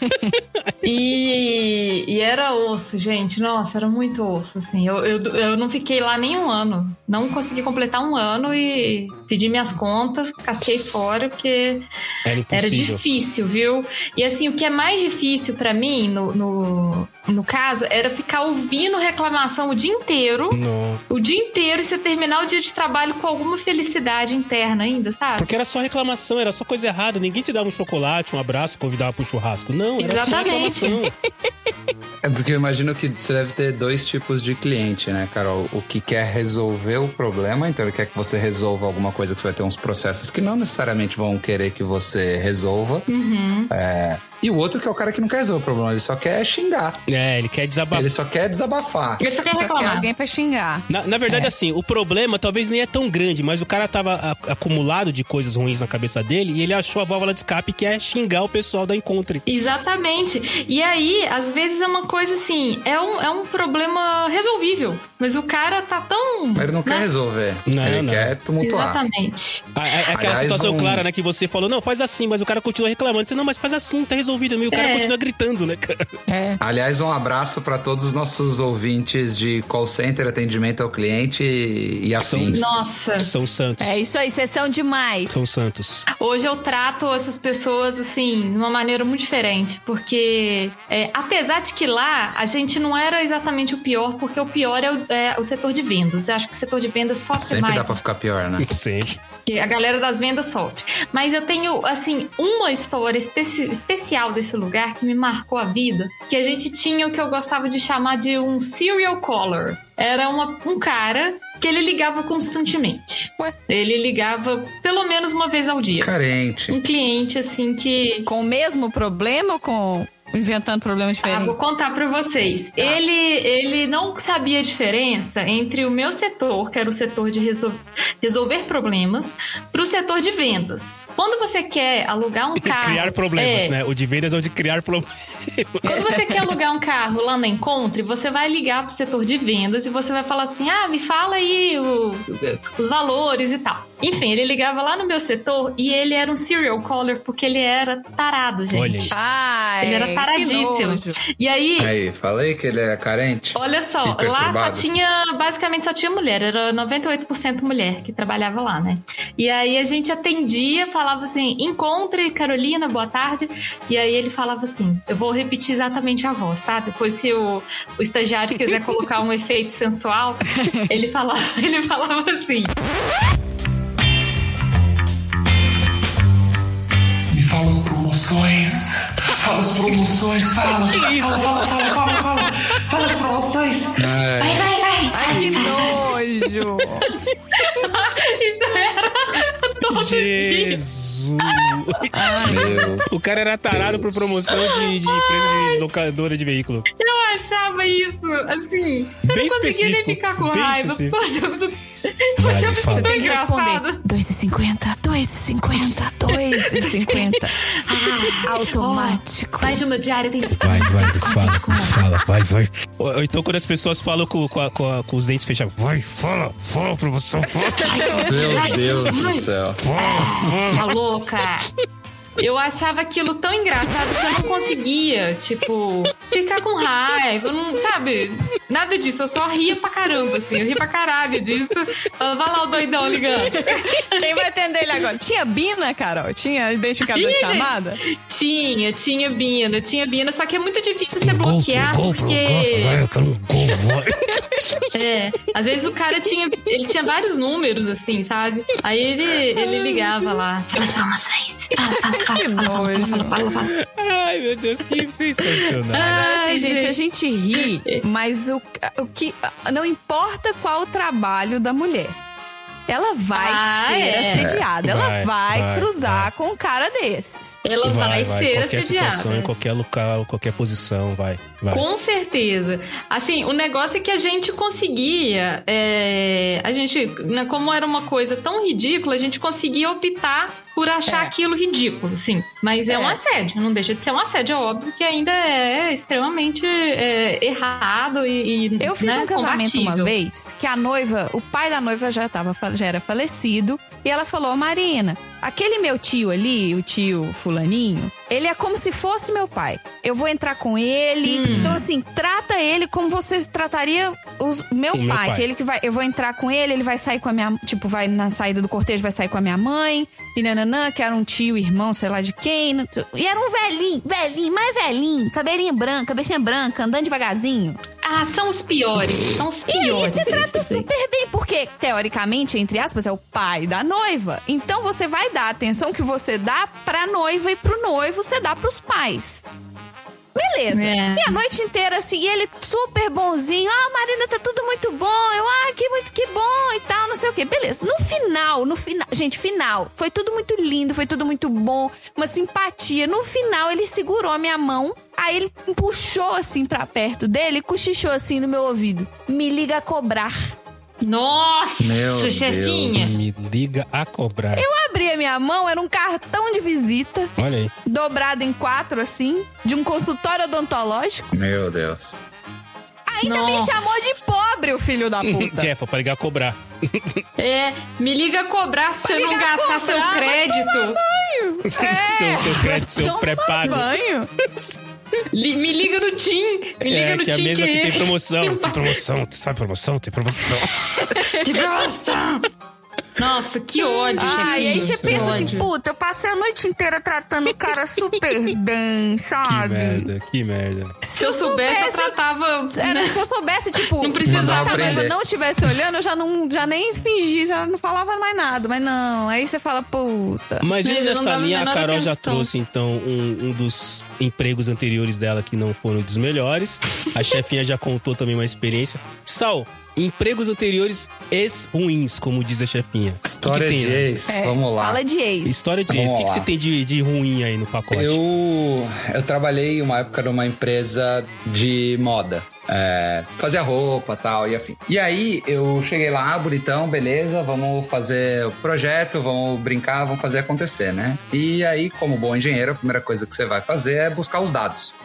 S5: E, e era osso, gente. Nossa, era muito osso, assim. Eu, eu, eu não fiquei lá nem um ano. Não consegui completar um ano e pedi minhas contas, casquei fora, porque
S1: Era
S5: era
S1: impossível.
S5: difícil, viu? E assim, o que é mais difícil pra mim, no, no, no caso, era ficar ouvindo reclamação o dia inteiro.
S1: Não.
S5: O dia inteiro e você terminar o dia de trabalho com alguma felicidade interna ainda, sabe?
S1: Porque era só reclamação, era só coisa errada. Ninguém te dava um chocolate, um abraço, convidava pro churrasco. Não, era
S5: Exatamente.
S1: só reclamação.
S4: É porque eu imagino que você deve ter dois tipos de cliente, né, Carol? O que quer resolver o problema, então ele quer que você resolva alguma coisa que você vai ter uns processos que não necessariamente vão querer que você resolva.
S5: Uhum.
S4: E o outro que é o cara que não quer resolver o problema, ele só quer xingar.
S1: É, ele quer desabafar.
S4: Ele só quer desabafar.
S5: Eu só quero
S2: Só quer
S5: reclamar.
S2: alguém pra xingar.
S1: Na, na
S4: É.
S1: verdade, assim, o problema talvez nem é tão grande, mas o cara tava a- acumulado de coisas ruins na cabeça dele e ele achou a válvula de escape que é xingar o pessoal da Encontre.
S5: Exatamente. E aí, às vezes é uma coisa assim, é um, é um problema resolvível. Mas o cara tá tão.
S4: Mas ele não quer
S5: né?
S4: resolver.
S1: Não,
S4: ele
S1: não.
S4: quer tumultuar.
S5: Exatamente.
S1: A- a- É aquela
S4: Aliás,
S1: situação
S4: um-
S1: clara, né? Que você falou, não, faz assim, mas o cara continua reclamando. Você, não, mas faz assim, tá resolvido. E o cara
S5: É.
S1: continua gritando, né, cara?
S2: É.
S4: Aliás, um abraço para todos os nossos ouvintes de call center, atendimento ao cliente e e
S1: São-
S4: afins.
S5: Nossa.
S1: São Santos.
S2: É isso aí, vocês são demais.
S1: São Santos.
S5: Hoje eu trato essas pessoas assim, de uma maneira muito diferente, porque é, apesar de que lá a gente não era exatamente o pior, porque o pior é o, é o setor de vendas. Eu acho que o setor de vendas sofre
S4: Sempre
S5: mais.
S4: dá pra ficar pior, né?
S1: Sempre.
S5: Porque a galera das vendas sofre. Mas eu tenho, assim, uma história especi- especial desse lugar que me marcou a vida. Que a gente tinha o que eu gostava de chamar de um serial caller. Era uma- um cara que ele ligava constantemente.
S2: Ué?
S5: Ele ligava pelo menos uma vez ao dia.
S4: Carente.
S5: Um cliente, assim, que...
S2: Com o mesmo problema ou com inventando problemas
S5: Ah, vou
S2: diferentes?
S5: contar pra vocês.
S1: Tá.
S5: Ele, ele não sabia a diferença entre o meu setor, que era o setor de resol- resolver problemas, pro setor de vendas. Quando você quer alugar um carro.
S1: Criar problemas,
S5: é,
S1: né? O de vendas é o de criar problemas.
S5: Quando você quer alugar um carro lá na Encontre, você vai ligar pro setor de vendas e você vai falar assim: ah, me fala aí o- os valores e tal. Enfim, ele ligava lá no meu setor e ele era um serial caller porque ele era tarado, gente.
S1: Olha aí.
S2: Ai,
S5: Ele era taradíssimo.
S2: que nojo.
S5: E aí,
S4: Aí, falei que ele é carente?
S5: olha só,
S4: E
S5: lá só
S4: perturbado.
S5: tinha, basicamente só tinha mulher, era 98% mulher que trabalhava lá, né? E aí a gente atendia, falava assim: encontre Carolina, boa tarde. E aí ele falava assim: eu vou repetir exatamente a voz, tá? Depois, se o, o estagiário quiser colocar um efeito sensual, ele falava, ele falava assim.
S7: Me fala as promoções. Fala as promoções. Fala. Fala, fala, fala, fala, fala. Fala as promoções. Vai, vai, vai.
S2: Ai, que nojo.
S5: Isso era todo dia.
S1: Jesus.
S4: Meu.
S1: o cara era tarado por promoção de, de empresa de locadora de veículo.
S5: Eu achava isso, assim. Eu
S1: Bem
S5: não conseguia nem
S1: específico,
S5: ficar com
S1: bem
S5: raiva.
S1: específico.
S5: Poxa, eu sou- eu
S1: Vai,
S5: achava
S1: me fala.
S5: isso tão
S2: Tem que responder.
S5: engraçado.
S2: 2,50, 2,50, 2,50. Automático.
S5: Mas o meu diário tem
S1: Vai, vai, fala, fala, vai, vai. Ou, ou então quando as pessoas falam com, com a- com a- com os dentes fechados, vai, fala, fala, promoção, fala,
S4: Meu Deus do
S5: Ai.
S4: céu.
S1: fala, fala.
S5: Tá louca? Eu achava aquilo tão engraçado que eu não conseguia, tipo, ficar com raiva, eu não, sabe? Nada disso, eu só ria pra caramba, assim, eu ria pra caralho disso. Vai lá o doidão ligando.
S2: Quem vai atender ele agora? Tinha Bina, Carol? Tinha identificador
S5: Tinha,
S2: de
S5: gente.
S2: chamada?
S5: Tinha, tinha Bina, tinha Bina, só que é muito difícil você bloquear, é, porque.
S1: eu quero um gol, vai.
S5: É, às vezes o cara tinha. Ele tinha vários números, assim, sabe? Aí ele, ele ligava lá. As promoções. Fala, fala, fala,
S2: Que
S5: fala, fala, fala,
S2: nojo.
S5: fala, fala.
S1: Ai, meu Deus, que sensacional.
S2: Agora
S5: Ai,
S2: sim, gente, a gente ri, mas o, o que. Não importa qual o trabalho da mulher. Ela vai
S5: Ah,
S2: ser
S5: é.
S2: assediada. Ela
S1: Vai,
S2: vai,
S1: vai,
S2: cruzar com um cara desses.
S5: Ela vai, ser
S1: qualquer situação, em
S5: assediada.
S1: qualquer local, qualquer posição, vai, vai.
S5: Com certeza. Assim, o negócio é que a gente conseguia. é, a gente, né, como era uma coisa tão ridícula, a gente conseguia optar por achar
S3: É.
S5: aquilo ridículo, sim. Mas é,
S3: É.
S5: um assédio, não deixa de ser um assédio. É óbvio que ainda é extremamente é, errado e, e,
S2: Eu fiz
S5: né,
S2: um casamento uma
S5: combatível.
S2: vez que a noiva, o pai da noiva já, tava, fa- já era falecido, e ela falou: Marina, aquele meu tio ali, o tio Fulaninho, ele é como se fosse meu pai. Eu vou entrar com ele.
S5: Hum.
S2: Então, assim, trata ele como você trataria os, meu,
S1: O meu
S2: pai,
S1: pai.
S2: que ele que vai. Eu vou entrar com ele, ele vai sair com a minha. Tipo, vai na saída do cortejo, vai sair com a minha mãe, e nananã, que era um tio, irmão, sei lá de quem. E era um velhinho, velhinho, mais velhinho, cabelinho branco, cabecinha branca, andando devagarzinho.
S5: Ah, são os piores. São os
S2: E aí
S5: piores.
S2: você trata super bem, porque, teoricamente, entre aspas, é o pai da noiva. Então você vai dar a atenção que você dá pra noiva e pro noivo, você dá pros pais. Beleza.
S5: É.
S2: E a noite inteira, assim, e ele super bonzinho. Ah, Marina, tá tudo muito bom. Eu, ah, que, muito, que bom e tal, não sei o quê. Beleza. No final, no final. Gente, final. Foi tudo muito lindo, foi tudo muito bom. Uma simpatia. No final, ele segurou a minha mão. Aí ele me puxou, assim, pra perto dele e cochichou, assim, no meu ouvido. Me liga a cobrar.
S5: Nossa,
S4: Meu Deus.
S5: chefinha.
S1: Me liga a cobrar.
S2: Eu abri a minha mão, era um cartão de visita.
S1: Olha aí.
S2: Dobrado em quatro, assim. De um consultório odontológico.
S4: Meu Deus.
S2: Ainda me
S5: Nossa.
S2: chamou de pobre, o filho da
S5: Tá.
S2: puta.
S1: Jefa, pra ligar a cobrar.
S5: É, me liga cobrar pra você não
S2: liga
S5: gastar seu
S2: cobrar, vai
S5: crédito.
S1: Seu, seu crédito, seu
S2: Toma
S1: pré-pago.
S2: É. banho.
S5: Li- me liga no Tim. Me liga
S1: É,
S5: no
S1: que a
S5: Tim
S1: mesa aqui
S5: que...
S1: tem promoção. Tem promoção, sabe promoção? Tem promoção.
S5: Que promoção! Nossa, que ódio,
S2: Ah, e aí
S5: chefinho.
S2: você
S5: Que
S2: pensa
S5: ódio.
S2: assim, puta, eu passei a noite inteira tratando o cara super bem,
S5: Ah,
S1: Que
S2: sabe?
S1: merda, que merda.
S5: Se eu soubesse, eu tratava.
S2: Era, se eu soubesse, tipo,
S5: Não precisava.
S2: enquanto a
S4: Mandava
S2: noiva
S4: prender.
S2: não estivesse olhando, eu já, não, já nem fingi, já não falava mais nada. Mas não, aí você fala, puta.
S1: Mas
S5: Meu
S1: e
S5: Deus, eu
S1: nessa
S5: não dava a
S1: linha, a
S5: menor
S1: Carol já
S5: atenção.
S1: trouxe, então, um, um dos empregos anteriores dela que não foram dos melhores. A chefinha já contou também uma experiência. Sal, empregos anteriores ex-ruins, como diz a chefinha. O que
S4: História
S1: que tem,
S4: de
S1: né?
S4: ex.
S2: É,
S4: Vamos lá.
S2: Fala de ex.
S1: História de ex. O que, que
S4: Vamos
S1: você
S4: lá.
S1: tem de, de ruim aí no pacote?
S4: Eu, eu trabalhei uma época numa empresa de moda. É, fazia roupa tal e afim. E aí eu cheguei lá, "Ah, bonitão, beleza, vamos fazer o projeto, vamos brincar, vamos fazer acontecer, né? E aí, como bom engenheiro, a primeira coisa que você vai fazer é buscar os dados.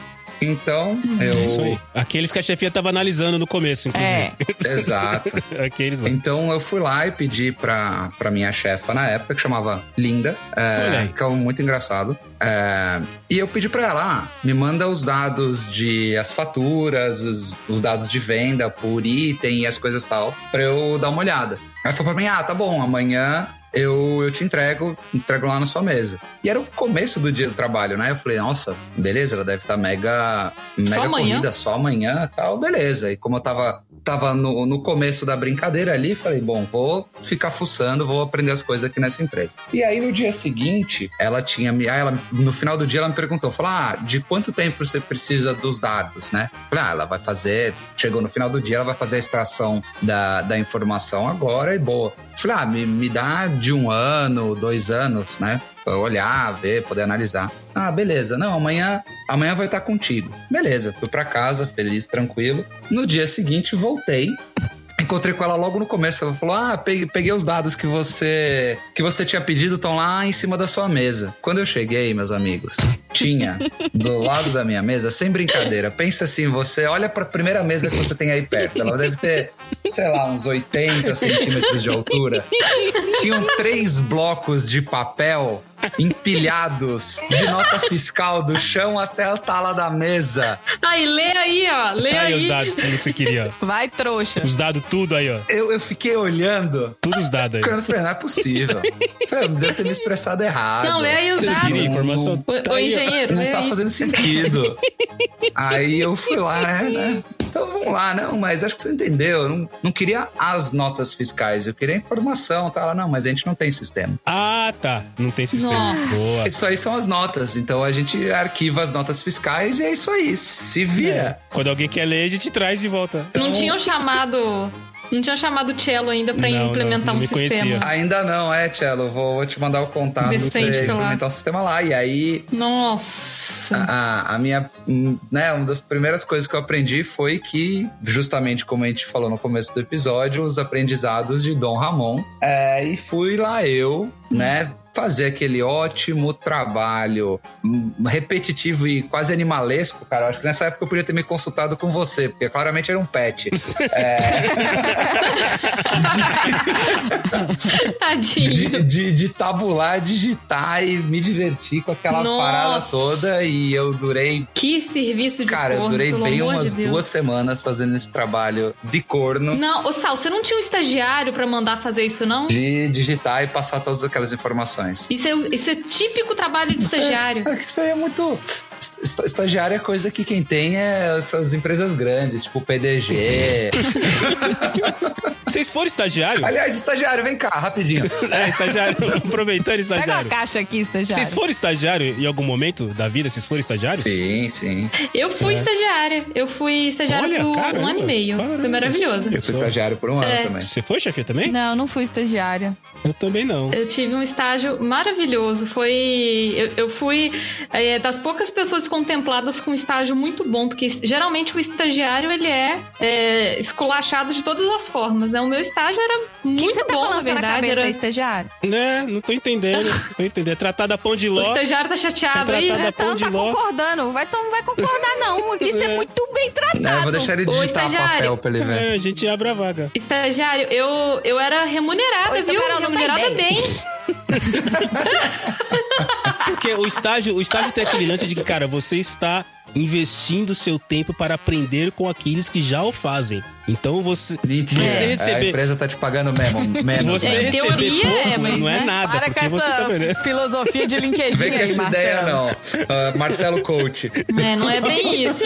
S4: Então,
S1: É isso aí.
S4: eu.
S1: Aqueles que a chefinha tava analisando no começo, inclusive.
S2: É.
S4: Exato.
S1: Aqueles lá.
S4: Então eu fui lá e pedi pra, pra minha chefa na época, que chamava Linda,
S1: Olha
S4: é,
S1: aí.
S4: que é um muito engraçado. é, e eu pedi pra ela, ah, me manda os dados de as faturas, os, os dados de venda por item e as coisas tal, pra eu dar uma olhada. Ela falou pra mim, ah, tá bom, amanhã eu, eu te entrego, entrego lá na sua mesa. E era o começo do dia do trabalho, né? Eu falei, nossa, beleza, ela deve estar mega, mega
S5: amanhã?
S4: corrida, só amanhã tal, beleza. E como eu tava, tava no, no começo da brincadeira ali, falei, bom, vou ficar fuçando, vou aprender as coisas aqui nessa empresa. E aí no dia seguinte, ela tinha me. aí ela, no final do dia ela me perguntou, falou, ah, de quanto tempo você precisa dos dados, né? Falei, ah, ela vai fazer. Chegou no final do dia, ela vai fazer a extração da, da informação agora e boa. Falei, ah, me, me dá de um ano, dois anos, né? Pra eu olhar, ver, poder analisar. Ah, beleza. Não, amanhã, amanhã vai estar contigo. Beleza, fui pra casa, feliz, tranquilo. No dia seguinte, voltei. Encontrei com ela logo no começo. Ela falou: Ah, peguei, peguei os dados que você que você tinha pedido, estão lá em cima da sua mesa. Quando eu cheguei, meus amigos, tinha do lado da minha mesa, sem brincadeira. Pensa assim, você olha pra primeira mesa que você tem aí perto. Ela deve ter, sei lá, uns 80 centímetros de altura. Tinham três blocos de papel empilhados de nota fiscal do chão até a tala da mesa.
S5: Aí, lê aí, ó. Lê
S1: Tá aí os
S5: aí.
S1: dados, tudo que você queria.
S2: Vai, trouxa.
S1: ó. Os dados tudo aí, ó.
S4: Eu, eu fiquei olhando.
S1: Todos os dados aí.
S4: Eu falei, não é possível. Eu falei, deve ter me expressado errado.
S5: Não, lê aí os
S1: Você não queria
S5: dados.
S1: informação?
S5: Ô,
S1: Tá
S5: ô,
S1: aí, ó.
S5: engenheiro,
S4: Não
S5: lê
S4: tá
S5: aí.
S4: fazendo sentido. aí eu fui lá, né, né? Então vamos lá, não, mas acho que você entendeu. Eu não, não queria as notas fiscais, eu queria a informação. Tá lá, não, mas a gente não tem sistema.
S1: Ah, tá. Não tem sistema.
S5: Nossa.
S1: Boa.
S4: Isso aí são as notas. Então a gente arquiva as notas fiscais e é isso aí. Se vira.
S1: É. Quando alguém quer ler, a gente traz de volta.
S5: Não tinham chamado. Não tinham chamado o Cello ainda pra
S1: Não, não,
S5: implementar
S1: não
S5: um
S1: me conhecia.
S5: sistema.
S4: Ainda não, é, Tchelo. Vou, vou te mandar o contato pra
S5: Decente,
S4: você
S5: tá lá.
S4: implementar o sistema lá. E aí
S5: Nossa.
S4: A, a- a minha, hum, né, uma das primeiras coisas que eu aprendi foi que, justamente como a gente falou no começo do episódio, os aprendizados de Dom Ramon. É, e fui lá eu, né, fazer aquele ótimo trabalho hum, repetitivo e quase animalesco, cara. Eu acho que nessa época eu podia ter me consultado com você, porque claramente era um pet.
S1: Ah.
S5: Tadinho.
S4: de, de- de tabular, digitar e me divertir com aquela
S5: Nossa.
S4: parada toda. E eu durei
S5: Que serviço de
S4: Cara, eu
S5: corno,
S4: durei
S5: pelo
S4: bem
S5: amor
S4: umas
S5: de Deus.
S4: duas semanas fazendo esse trabalho de corno.
S5: Não, ô Sal, você não tinha um estagiário pra mandar fazer isso, não?
S4: De digitar e passar todas aquelas informações.
S5: Isso é, isso é típico trabalho de estagiário.
S4: Isso aí- é, que isso aí é muito. esta- Estagiário é coisa que quem tem é essas empresas grandes, tipo PDG.
S1: Vocês foram estagiário?
S4: Aliás, estagiário, vem cá, rapidinho.
S1: É, estagiário. Aproveitando,
S2: Pega uma
S1: estagiário.
S2: caixa aqui, estagiário.
S1: Vocês foram estagiário em algum momento da vida? Vocês foram estagiários?
S4: Sim, sim.
S5: Eu fui estagiária. Eu fui estagiária
S1: É. Olha,
S5: por
S1: caramba,
S5: um ano e meio.
S1: caramba,
S5: Foi maravilhoso.
S1: isso.
S4: Eu fui estagiário por um ano
S5: É.
S4: também.
S1: Você foi, chefe, também?
S2: Não, não fui estagiária.
S1: Eu também não.
S5: Eu tive um estágio maravilhoso. Foi. Eu, eu fui é, das poucas pessoas contempladas com um estágio muito bom, porque geralmente o estagiário ele é, é, esculachado de todas as formas, né? O meu estágio era
S2: O
S5: muito
S2: que que você tá
S5: bom, na
S2: balançando a
S5: verdade.
S2: cabeça, aí,
S5: Era...
S2: estagiário?
S1: Né? Não tô entendendo. tô entendendo. É tratada pão de
S5: O
S1: ló.
S5: estagiário tá chateado aí.
S1: Tá
S2: É, tá,
S1: pão
S2: não
S1: de
S2: tá
S1: ló.
S2: concordando. Vai, então não vai concordar, não. Aqui você é muito bem
S4: É, eu
S2: tratado.
S4: vou deixar ele
S5: Ô,
S4: digitar
S5: estagiário.
S4: papel pra ele ver.
S1: É, a gente abre a vaga.
S5: Estagiário, eu, eu era remunerada,
S2: Oi, então,
S5: viu?
S2: Carol, não tem
S5: remunerada
S2: ideia.
S5: bem.
S1: Porque o estágio, o estágio tem aquele lance de que, cara, você está investindo seu tempo para aprender com aqueles que já o fazem. Então você.
S4: Mentira.
S1: Você
S4: É, A
S1: receber-
S4: empresa tá te pagando mesmo. menos,
S1: Você
S4: né?
S5: É, em
S1: receber
S5: teoria,
S1: pouco
S5: é, mas,
S1: não é
S5: né?
S1: nada,
S3: Para com
S1: porque você
S3: essa
S1: também, né?
S3: filosofia de LinkedIn
S4: Vem com
S3: aí,
S4: essa ideia,
S3: Marcelo.
S4: não. Ah, Marcelo Coach.
S5: É, não é bem isso.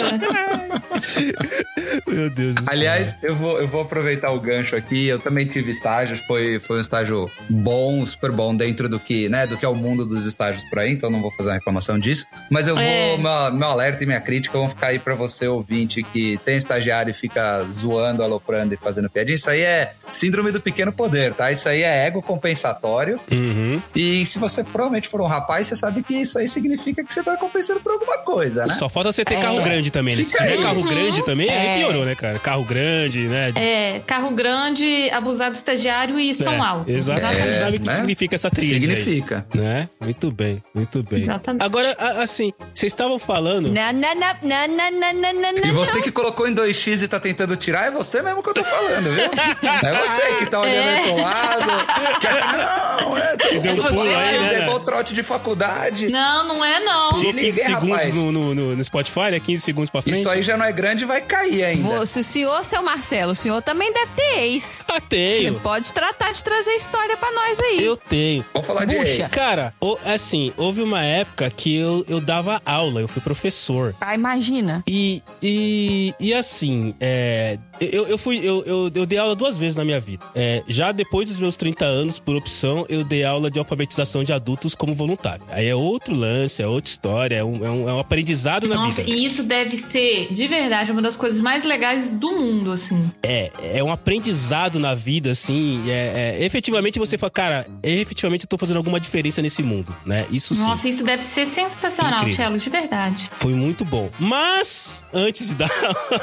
S1: Meu Deus do céu.
S4: Aliás, eu vou, eu vou aproveitar o gancho aqui. Eu também tive estágios, foi, foi um estágio bom, super bom, dentro do que, né, do que é o mundo dos estágios por aí, então não vou fazer uma reclamação disso. Mas eu
S5: É.
S4: vou, meu, meu alerta e minha crítica vão ficar aí pra você, ouvinte, que tem estagiário e fica zoando, aloprando e fazendo piadinha. Isso aí é síndrome do pequeno poder, tá? Isso aí é ego compensatório.
S1: Uhum.
S4: E se você provavelmente for um rapaz, você sabe que isso aí significa que você tá compensando por alguma coisa, né?
S1: Só falta você ter carro grande também, né? Se
S4: Fica
S1: tiver
S4: aí.
S1: carro grande também,
S2: É.
S1: aí piorou, né, cara? Carro grande, né?
S5: É, carro grande, abusado estagiário e som alto.
S1: É, Exato. Você
S4: É,
S1: sabe o que
S4: né?
S1: significa essa trilha.
S4: Significa.
S1: Né? Muito bem, muito bem.
S5: Exatamente.
S1: Agora, a- assim, vocês estavam falando.
S2: Na, na, na, na, na, na, na, na,
S4: E
S2: na.
S4: você que colocou em 2x e tá tentando tirar, é você mesmo que eu tô falando, viu? É você que tá olhando aí pro lado. que acha, não, é tudo
S1: deu um pulo aí, né?
S4: É igual trote de faculdade.
S5: Não, não é não.
S1: Pulou
S4: Se
S1: 15
S4: liga,
S1: segundos
S4: rapaz.
S1: no, no, no- no Spotify, né? 15 segundos pra frente.
S4: Isso aí já não é grande e vai cair ainda.
S2: Você, o senhor, seu Marcelo, o senhor também deve ter ex.
S1: Ah,
S2: Você
S1: tenho.
S2: pode tratar de trazer história pra nós aí.
S1: Eu tenho.
S4: Vamos falar de
S2: Bucha.
S4: ex.
S1: Cara, o- assim, houve uma época que eu, eu dava aula, eu fui professor.
S2: Ah, imagina.
S1: E, e, e assim, é, eu, eu fui eu, eu, eu dei aula duas vezes na minha vida. É, já depois dos meus 30 anos, por opção, eu dei aula de alfabetização de adultos como voluntário. Aí é outro lance, é outra história, é um, é um, é um aprendizado na
S5: Nossa,
S1: vida.
S5: e isso deve ser, de verdade, uma das coisas mais legais do mundo, assim.
S1: é um aprendizado na vida, assim. É, é- efetivamente você fala, cara, efetivamente eu tô fazendo alguma diferença nesse mundo, né? Isso sim.
S5: Nossa, isso deve ser sensacional,
S1: Incrível.
S5: Tchelo, de verdade.
S1: Foi muito bom. Mas, antes de dar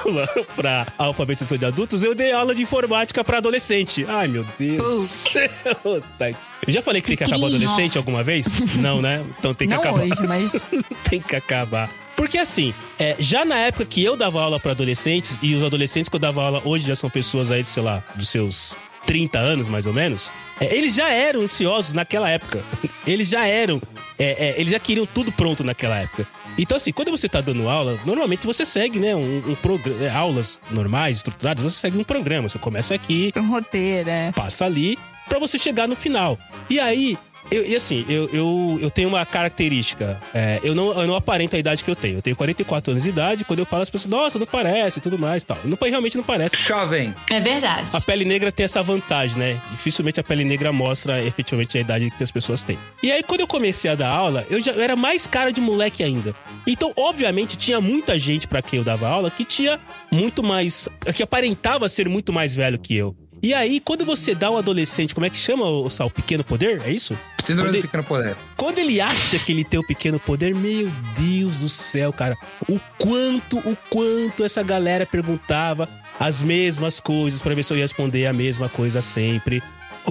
S1: aula pra alfabetização de adultos, eu dei aula de informática pra adolescente. Ai, meu Deus. tá eu já falei que tem que acabar
S5: Cris,
S1: adolescente
S5: nossa.
S1: alguma vez? Não, né? Então tem que
S2: Não
S1: acabar.
S2: hoje, mas
S1: tem que acabar. Porque assim, é, já na época que eu dava aula pra adolescentes, e os adolescentes que eu dava aula hoje já são pessoas aí, de, sei lá, dos seus 30 anos mais ou menos, é, eles já eram ansiosos naquela época. Eles já eram, é, é, eles já queriam tudo pronto naquela época. Então assim, quando você tá dando aula, normalmente você segue, né, um, um programa, é, aulas normais, estruturadas, você segue um programa, você começa aqui,
S2: um roteiro, é.
S1: passa ali pra você chegar no final. E aí, eu, e assim, eu, eu, eu tenho uma característica. é, eu, não, eu não aparento a idade que eu tenho. Eu tenho 44 anos de idade. Quando eu falo, as pessoas, nossa, não parece e tudo mais e tal. Não, realmente não parece.
S4: Jovem.
S5: É verdade.
S1: A pele negra tem essa vantagem, né? Dificilmente a pele negra mostra efetivamente a idade que as pessoas têm. E aí, quando eu comecei a dar aula, eu já eu era mais cara de moleque ainda. Então, obviamente, tinha muita gente pra quem eu dava aula que tinha muito mais. que aparentava ser muito mais velho que eu. E aí, quando você dá um adolescente, como é que chama, o Sal? Pequeno poder? É isso?
S4: Síndrome
S1: Poder-
S4: do pequeno poder.
S1: Quando ele acha que ele tem o pequeno poder, meu Deus do céu, cara. O quanto, o quanto essa galera perguntava as mesmas coisas pra ver se eu ia responder a mesma coisa sempre.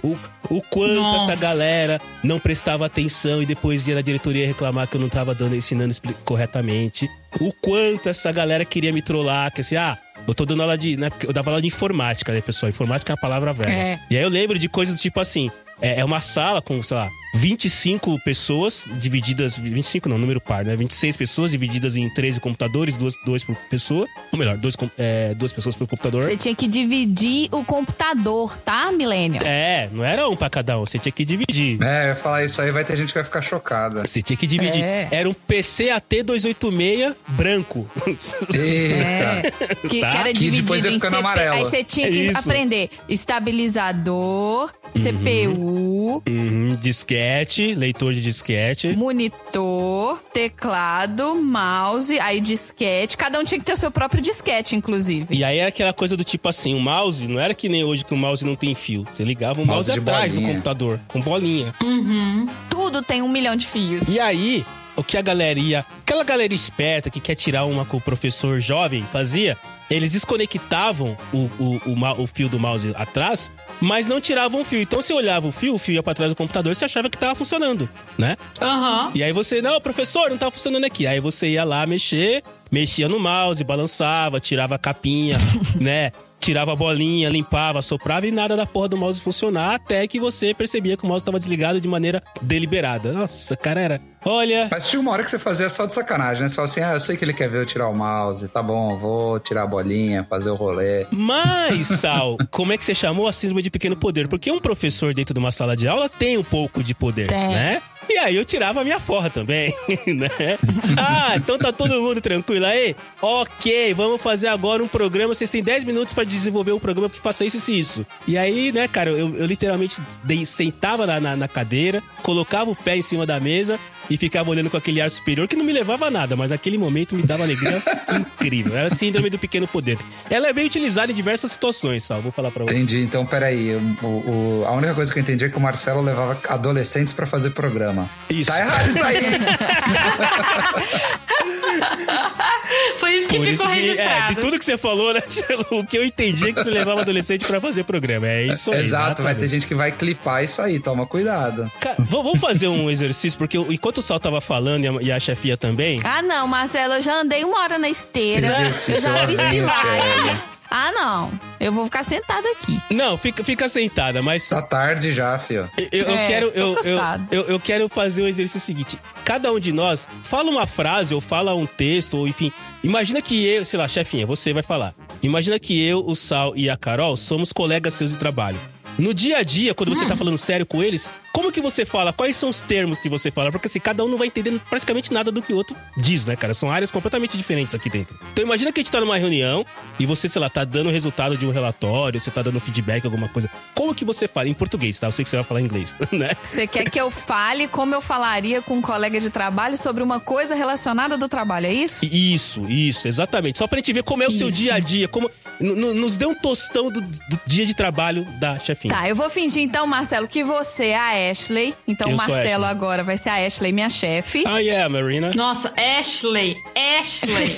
S1: o, o quanto
S5: Nossa.
S1: essa galera não prestava atenção e depois ia na diretoria reclamar que eu não tava dando, ensinando expli- corretamente. O quanto essa galera queria me trollar, que assim, ah, eu tô dando aula de. Né, porque eu dava aula de informática, né, pessoal? Informática é uma palavra velha.
S2: É.
S1: E aí eu lembro de coisas do tipo assim. É é uma sala com, sei lá, 25 pessoas divididas. 25 não, número par, né? 26 pessoas divididas em 13 computadores, duas, dois por pessoa. Ou melhor, dois, com- é, duas pessoas por computador.
S2: Você tinha que dividir o computador, tá, Millennial?
S1: É, não era um pra cada um, você tinha que dividir.
S4: É, eu ia falar isso aí, vai ter gente que vai ficar chocada.
S1: Você tinha que dividir.
S2: É.
S1: Era um PC AT286 branco.
S4: Eita.
S2: É, que,
S1: Tá.
S2: que era
S1: E
S2: dividido
S4: depois ia
S2: em
S4: ficando
S2: CP.
S4: amarela.
S2: Aí você tinha que
S1: Isso.
S2: aprender estabilizador, CPU,
S1: Uhum, disquete, leitor de disquete.
S2: monitor, teclado, mouse, aí disquete. Cada um tinha que ter o seu próprio disquete, inclusive.
S1: E aí era aquela coisa do tipo assim, o mouse, não era que nem hoje que o mouse não tem fio. Você ligava o mouse,
S4: Mouse de
S1: atrás do
S4: bolinha.
S1: computador, com bolinha.
S2: Tudo tem um milhão de fios.
S1: E aí, o que a galeria, aquela galera esperta que quer tirar uma com o professor jovem fazia, eles desconectavam o, o, o ma- o fio do mouse atrás, mas não tiravam o fio. Então você olhava o fio, o fio ia pra trás do computador, você achava que tava funcionando, né?
S5: Aham.
S1: E aí você, não, professor, não tá funcionando aqui. Aí você ia lá mexer, mexia no mouse, balançava, tirava a capinha, né? Tirava a bolinha, limpava, soprava e nada da porra do mouse funcionar, até que você percebia que o mouse tava desligado de maneira deliberada. Nossa, cara, era. Olha,
S4: Mas tinha uma hora que você fazia só de sacanagem, né? Você falava assim, ah, eu sei que ele quer ver eu tirar o mouse, tá bom, vou tirar a bolinha, fazer o rolê.
S1: Mas, Sal, como é que você chamou a síndrome de pequeno poder? Porque um professor dentro de uma sala de aula tem um pouco de poder,
S2: Tem.
S1: né? E aí eu tirava a minha forra também, né? Ah, então tá todo mundo tranquilo aí? Ok, vamos fazer agora um programa. Vocês têm 10 minutos pra desenvolver um programa que faça isso, isso e isso. E aí, né, cara, eu, eu literalmente dei- sentava na, na- na cadeira, colocava o pé em cima da mesa e ficava olhando com aquele ar superior que não me levava a nada, mas naquele momento me dava alegria incrível. Era a síndrome do pequeno poder. Ela é bem utilizada em diversas situações, Sal. Vou falar pra você.
S4: Entendi, então peraí, o- o- a única coisa que eu entendi é que o Marcelo levava adolescentes pra fazer programa.
S1: Isso.
S4: Tá errado isso aí, hein?
S5: Foi isso que
S1: Por
S5: ficou
S1: isso que, é,
S5: registrado.
S1: de tudo que você falou, né, Angelo? O que eu entendi é que você levava adolescente pra fazer programa. É isso aí.
S4: Exato, vai
S1: exatamente.
S4: ter gente que vai clipar isso aí, toma cuidado.
S1: Ca- v- Vamos fazer um exercício, porque eu- enquanto o Sal tava falando e a, e a chefia também.
S2: Ah, não, Marcelo, eu já andei uma hora na esteira.
S4: Exercício,
S2: é um- eu já fiz
S4: realmente,
S2: pilates. Ah, não. Eu vou ficar sentada aqui.
S1: Não, fica, fica sentada, mas.
S4: Tá tarde já, fio.
S1: Eu, eu
S2: É,
S1: quero,
S2: tô
S1: eu, eu,
S2: cansado.
S1: eu- eu quero fazer o exercício seguinte. Cada um de nós fala uma frase ou fala um texto, ou enfim. Imagina que eu, sei lá, chefinha, você vai falar. Imagina que eu, o Sal e a Carol somos colegas seus de trabalho. No dia a dia, quando você tá falando sério com eles, como que você fala? Quais são os termos que você fala? Porque assim, cada um não vai entender praticamente nada do que o outro diz, né, cara? São áreas completamente diferentes aqui dentro. Então imagina que a gente tá numa reunião e você, sei lá, tá dando o resultado de um relatório, você tá dando feedback, alguma coisa. Como que você fala? Em português, tá? Eu sei que você vai falar em inglês, né?
S2: Você quer que eu fale como eu falaria com um colega de trabalho sobre uma coisa relacionada do trabalho, é isso?
S1: Isso, isso, exatamente. Só pra gente ver como é o seu dia a dia, como. n- n- Nos dê um tostão do, do dia de trabalho da chefinha.
S2: Tá, eu vou fingir então, Marcelo, que você é a Ashley. Então,
S1: Eu
S2: o
S1: sou a
S2: Marcelo
S1: Ashley.
S2: agora vai ser a Ashley, minha chefe.
S1: Ah, yeah, Marina.
S5: Nossa, Ashley, Ashley.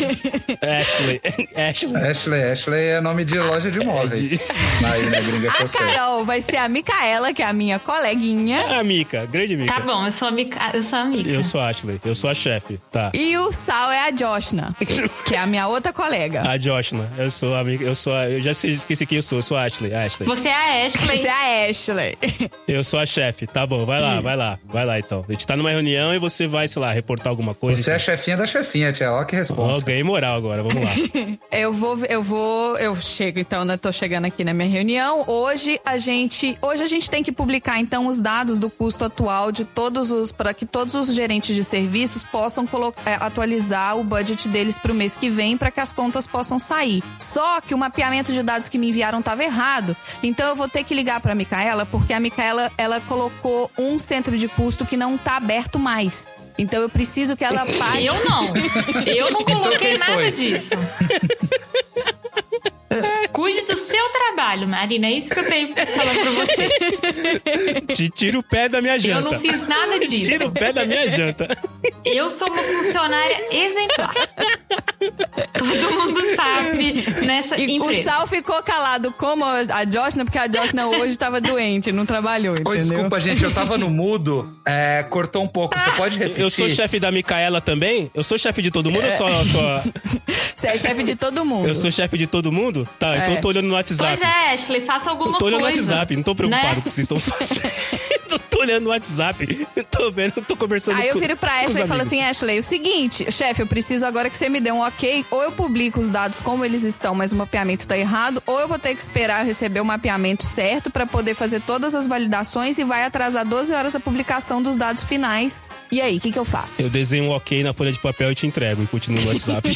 S1: Ashley. Ashley.
S4: Ashley, Ashley é nome de loja de móveis. Aí na gringa que eu
S2: A
S4: sei.
S2: Carol vai ser a Micaela, que é a minha coleguinha.
S1: É A Mica, grande Mica.
S5: tá bom, eu sou amiga. Eu sou amiga.
S1: Eu sou a Ashley, eu sou a chefe. Tá.
S2: E o Sal é a Joshna, que é a minha outra colega.
S1: A Joshna, eu sou a Mica, eu sou a, Eu já sei- esqueci quem eu sou, eu sou a Ashley. Ashley.
S5: Você é a
S2: Você
S5: Ashley.
S2: é a Ashley.
S1: Eu sou a chefe, tá bom, vai
S5: Hum.
S1: lá, vai lá, vai lá então. A gente tá numa reunião e você vai, sei lá, reportar alguma coisa.
S4: Você é a chefinha da chefinha, tia. Ó que
S1: Ó,
S4: resposta.
S1: ganhei moral agora, vamos lá.
S2: Eu vou, eu vou, eu chego então, né? Tô chegando aqui na minha reunião. Hoje a gente, hoje a gente tem que publicar então os dados do custo atual de todos os, para que todos os gerentes de serviços possam colo- é, atualizar o budget deles pro mês que vem, para que as contas possam sair. Só que o mapeamento de dados que me enviaram tava errado, então eu vou ter que ligar pra Micaela, porque a Micaela ela colocou um centro de custo que não tá aberto mais. Então eu preciso que ela pague.
S5: Eu não. Eu não
S1: Então
S5: coloquei
S4: quem
S5: nada
S4: foi?
S5: disso. Cuide do seu trabalho, Marina. É isso que eu tenho pra falar pra você.
S1: Te tira o pé da minha
S5: Eu
S1: janta.
S5: não fiz nada
S1: Tira
S5: disso.
S1: o pé da minha janta.
S5: Eu sou uma funcionária exemplar. Todo mundo sabe. nessa
S2: E o
S5: empresa.
S2: Sal ficou calado, como a Joshna, porque a Joshna hoje tava doente, não trabalhou, entendeu?
S4: Oi, desculpa, gente, eu tava no mudo. É, cortou um pouco. Você pode repetir?
S1: Eu sou chefe da Micaela também? Eu sou chefe de todo mundo ou
S4: É.
S1: só, só-
S2: Você é chefe de todo mundo.
S1: Eu sou chefe de todo mundo? Tá, então
S2: É.
S1: eu tô olhando no WhatsApp.
S5: Pois é, Ashley, faça alguma
S1: Eu tô olhando no
S5: coisa.
S1: WhatsApp, não tô preocupado
S5: né?
S1: com o que vocês estão fazendo. Eu tô olhando no WhatsApp, eu tô vendo, eu tô conversando
S2: Aí
S1: com
S2: eu viro pra
S1: com os
S2: Ashley e falo
S1: amigos.
S2: assim, Ashley, o seguinte, chefe, eu preciso agora que você me dê um ok, ou eu publico os dados como eles estão, mas o mapeamento tá errado, ou eu vou ter que esperar eu receber o mapeamento certo pra poder fazer todas as validações e vai atrasar 12 horas a publicação dos dados finais. E aí, o que que eu faço?
S1: Eu desenho um ok na folha de papel e te entrego e continuo no WhatsApp.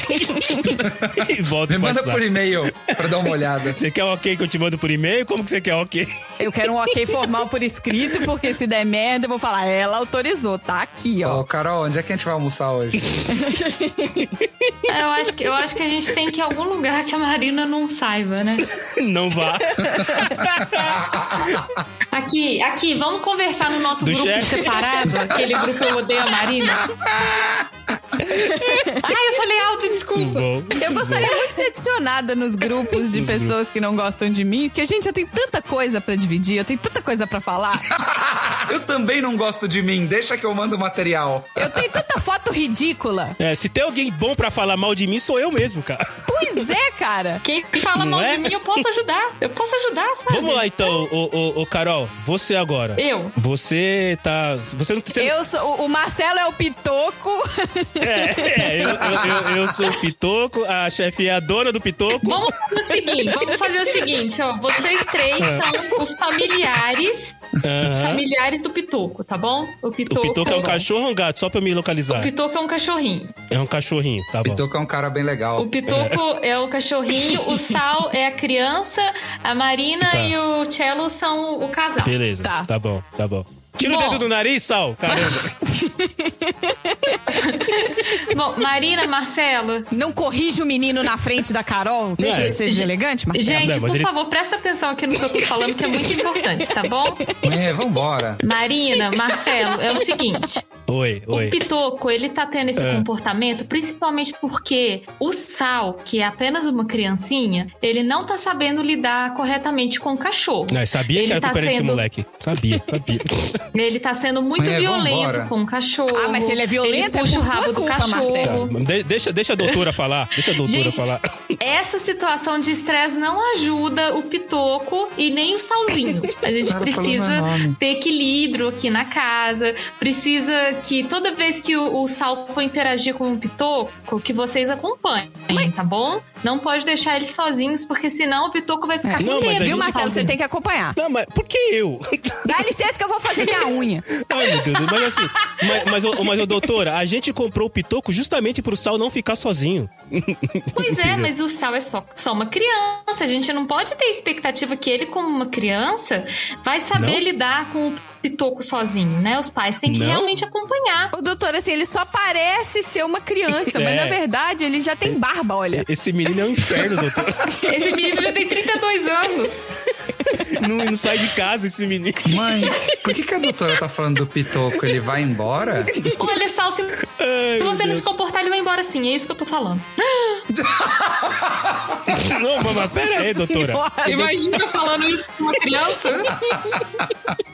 S1: e volto
S4: Me
S1: pro
S4: manda por
S1: WhatsApp.
S4: e-mail pra dar uma olhada.
S1: Você quer um ok que eu te mando por e-mail? Como que você quer um ok?
S2: Eu quero um ok formal por escrito, porque se der merda, eu vou falar, ela autorizou, tá aqui,
S4: Ô, Carol, onde é que a gente vai almoçar hoje?
S5: É, Eu acho, que, eu acho que a gente tem que ir a algum lugar que a Marina não saiba, né?
S1: Não vá.
S5: Aqui, aqui, vamos conversar no nosso
S1: Do
S5: grupo
S1: chefe.
S5: separado, aquele grupo que eu odeio a Marina. Ai, eu falei alto,
S1: Muito
S5: desculpa.
S1: bom.
S2: Eu gostaria muito de ser adicionada nos grupos de pessoas que não gostam de mim, porque, gente, eu tenho tanta coisa pra dividir, eu tenho tanta coisa pra falar.
S4: eu também não gosto de mim, deixa que eu mando o material.
S2: Eu tenho tanta foto ridícula.
S1: É, se tem alguém bom pra falar mal de mim, sou eu mesmo, cara.
S2: Pois é, cara.
S5: Quem fala
S1: Não
S5: mal
S1: é?
S5: de mim, eu posso ajudar. Eu posso ajudar, sabe?
S1: Vamos lá então, ô, ô, ô, Carol, você agora.
S5: Tá Eu.
S1: Você tá. Você não. Você,
S2: Eu sou, o- o Marcelo é o Pitoco.
S1: É, é, eu, eu- eu- eu sou o Pitoco, a chefe é a dona do Pitoco.
S5: Vamos fazer o seguinte, vamos fazer o seguinte, ó. Vocês três
S1: É.
S5: são os familiares, os
S1: Aham.
S5: familiares do Pitoco, tá bom? O
S1: É. O
S5: Pitoco,
S1: Pitoco é um cachorro ou um gato? Só pra eu me localizar.
S5: O Pitoco é um cachorrinho.
S1: É um cachorrinho, tá bom.
S4: Pitoco é um cara bem legal.
S5: O Pitoco é. o cachorrinho, o Sal é a criança, a Marina
S1: Tá.
S5: e o Cello são o casal.
S1: Beleza,
S2: Tá.
S1: tá. bom, tá bom. Tira
S5: Bom.
S1: o dedo do nariz, Sal. Caramba.
S5: Bom, Marina, Marcelo.
S2: Não corrija o menino na frente da Carol. Deixa
S1: É.
S2: ele ser elegante, Marcelo.
S5: Gente,
S1: Não, mas
S5: por
S1: ele-
S5: favor, presta atenção aqui no que eu tô falando, que é muito importante, tá bom?
S4: É, vambora.
S5: Marina, Marcelo, é o seguinte.
S1: Oi,
S5: O
S1: oi. É.
S5: Pitoco, ele tá tendo esse comportamento principalmente porque o Sal, que é apenas uma criancinha, ele não tá sabendo lidar corretamente com o cachorro.
S1: Não, Ah, eu sabia
S5: ele
S1: que era
S5: tá
S1: culpa desse
S5: sendo-
S1: moleque. Sabia, sabia.
S5: Ele tá sendo muito
S4: É,
S5: violento
S4: vambora.
S5: com o cachorro.
S2: Ah, mas se ele é violento, é
S5: puxa o
S2: por sua
S5: rabo do
S2: culpa,
S5: cachorro.
S1: Tá,
S2: Marcelo.
S1: de- deixa, deixa a doutora falar. Deixa a doutora
S5: Gente,
S1: falar.
S5: Essa situação de estresse não ajuda o Pitoco e nem o Salzinho. A
S4: Cara,
S5: gente
S4: falou
S5: precisa
S4: meu nome.
S5: ter equilíbrio aqui na casa. Precisa que toda vez que o, o Sal for interagir com o Pitoco, que vocês acompanhem, tá bom? Não pode deixar eles sozinhos, porque senão o Pitoco vai ficar
S2: É.
S5: com
S1: Não, mas
S5: medo.
S1: a
S2: Viu,
S1: gente-
S5: do
S2: Marcelo? Você
S5: Salzinho.
S2: tem que acompanhar.
S1: Não, mas por que eu?
S2: Dá licença que eu vou fazer minha unha.
S1: Ai, meu Deus, mas assim, mas, mas, ô- mas ô, doutora, a gente comprou o Pitoco justamente pro Sal não ficar sozinho.
S5: Pois é,
S1: Entendeu?
S5: mas o Sal é só, só uma criança. A gente não pode ter expectativa que ele, como uma criança, vai saber
S1: Não?
S5: lidar com o Pitoco sozinho, né? Os pais têm que
S1: Não?
S5: realmente acompanhar.
S2: O doutor, assim, ele só parece ser uma criança, mas
S1: É.
S2: na verdade ele já tem barba, olha.
S1: Esse menino é um inferno, doutora.
S5: Esse menino já tem 32 anos.
S1: Não, não sai de casa esse menino.
S4: Mãe, por que, que a doutora tá falando do Pitoco? Ele vai embora?
S5: Olha, Sal, se
S1: Ai,
S5: se
S1: meu
S5: você não
S1: Deus.
S5: se comportar, ele vai embora sim. É isso que eu tô falando.
S1: Não, mamãe, pera
S2: É,
S1: aí,
S2: Assim,
S1: doutora.
S2: Senhora.
S5: Imagina eu falando isso pra uma criança.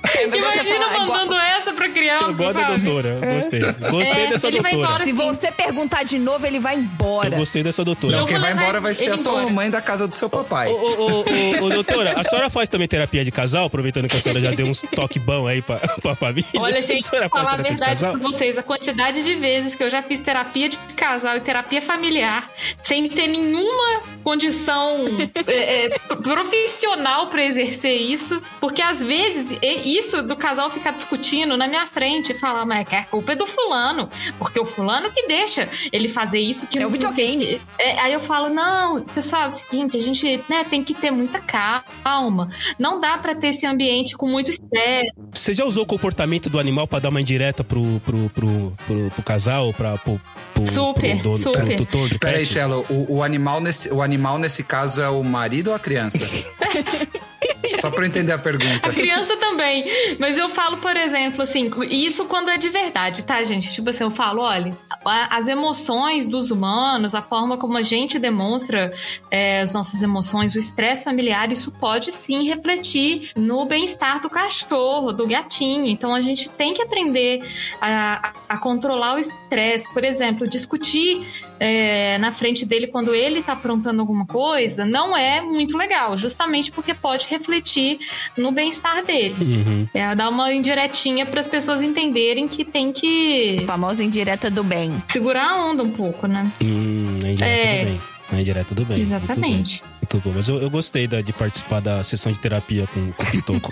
S2: Mas você
S5: Imagina
S2: falar igual-
S5: mandando essa pra criança.
S1: Eu gosto da
S5: sabe?
S1: doutora, gostei. Gostei
S5: É,
S1: dessa
S5: ele vai
S1: doutora.
S5: embora.
S2: Se você perguntar de novo, ele vai
S1: Eu
S2: embora.
S1: gostei dessa doutora.
S5: Não,
S4: Quem vai
S5: levar
S4: embora vai ser
S5: ele
S4: a sua
S5: embora.
S4: mãe da casa do seu papai.
S1: Ô, ô, ô, ô, ô, doutora, a senhora faz também terapia de casal? Aproveitando que a senhora já deu uns toque bom aí pra, pra família.
S5: Olha, gente,
S1: senhora
S5: vou
S1: faz
S5: falar a
S1: terapia de
S5: verdade
S1: casal?
S5: pra vocês. A quantidade de vezes que eu já fiz terapia de casal e terapia familiar sem ter nenhuma condição é, é, profissional pra exercer isso. Porque às vezes é isso do casal ficar discutindo na minha frente e falar, mas a culpa é do fulano. Porque o fulano que deixa ele fazer isso que
S2: É
S5: não-
S2: o videogame.
S5: não sei- É, aí eu falo, não, pessoal, é o seguinte, a gente né, tem que ter muita calma. Não dá pra ter esse ambiente com muito estresse.
S1: Você já usou o comportamento do animal pra dar uma indireta pro, pro, pro, pro, pro casal? Pra, pro, pro,
S5: Super,
S1: pro dono,
S5: super.
S1: pro tutor do
S4: Peraí,
S1: pet?
S4: Chelo, o, o animal nesse, o animal nesse caso é o marido ou a criança? Só pra eu entender a pergunta.
S5: A criança também. Mas eu falo, por exemplo, assim, e isso quando é de verdade, tá, gente? Tipo assim, eu falo, olha, a- as emoções dos humanos, a forma como a gente demonstra é, as nossas emoções, o estresse familiar, isso pode sim refletir no bem-estar do cachorro, do gatinho. Então a gente tem que aprender a, a controlar o estresse. Por exemplo, discutir é, na frente dele quando ele tá aprontando alguma coisa não é muito legal, justamente porque pode refletir no bem-estar dele.
S1: Uhum.
S5: É, dar uma indiretinha para as pessoas entenderem que tem que
S2: Famosa indireta do bem.
S5: segurar a onda um pouco, né?
S1: Hum, na indireta
S5: É.
S1: do bem. Na indireta tudo bem. É, muito
S5: Exatamente.
S1: bem, Muito bom. Mas eu, eu gostei da- de participar da sessão de terapia com, com o Pitoco.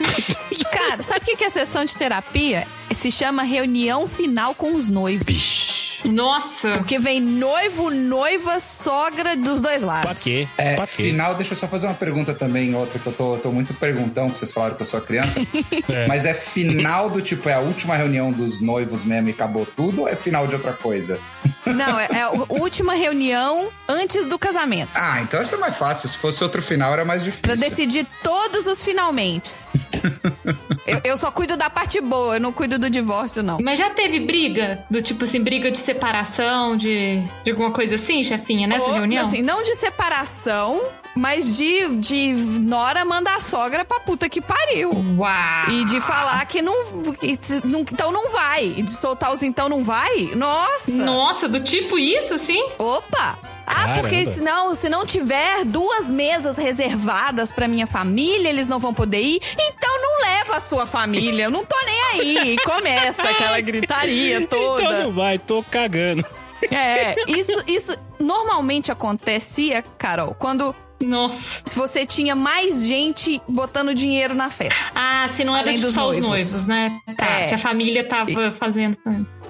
S2: Cara, sabe o que que é sessão de terapia? Se chama reunião final com os noivos.
S5: Nossa!
S2: Porque vem noivo, noiva, sogra dos dois lados.
S1: pra quê?
S4: É,
S1: pra quê?
S4: final, deixa eu só fazer uma pergunta também, outra que eu tô, eu tô muito perguntão, que vocês falaram que eu sou criança.
S1: É.
S4: Mas é final do tipo, é a última reunião dos noivos mesmo e acabou tudo, ou é final de outra coisa?
S2: Não, é, é a última reunião antes do casamento.
S4: Ah, então isso é mais fácil. Se fosse outro final, era mais difícil.
S2: Pra decidir todos os finalmente. eu, eu só cuido da parte boa, eu não cuido do divórcio, não.
S5: Mas já teve briga? Do tipo assim, briga de separação, de, de alguma coisa assim, chefinha, nessa
S2: Ou,
S5: reunião?
S2: assim, não de separação, mas de, de Nora mandar a sogra pra puta que pariu.
S5: Uau!
S2: E de falar que não, que não- Então não vai. E de soltar os então não vai? Nossa!
S5: Nossa, do tipo isso, assim?
S2: Opa! Ah,
S1: Caramba.
S2: porque senão, se não tiver duas mesas reservadas pra minha família, eles não vão poder ir. Então não leva a sua família. Eu não tô nem aí. E começa aquela gritaria
S1: Então
S2: toda.
S1: não vai, tô cagando.
S2: É, isso, isso normalmente acontecia, Carol, quando
S5: Nossa.
S2: você tinha mais gente botando dinheiro na festa.
S5: Ah, se não era
S2: Além
S5: tipo
S2: dos
S5: só os
S2: noivos.
S5: noivos, né? Tá.
S2: É.
S5: Se a família tava fazendo.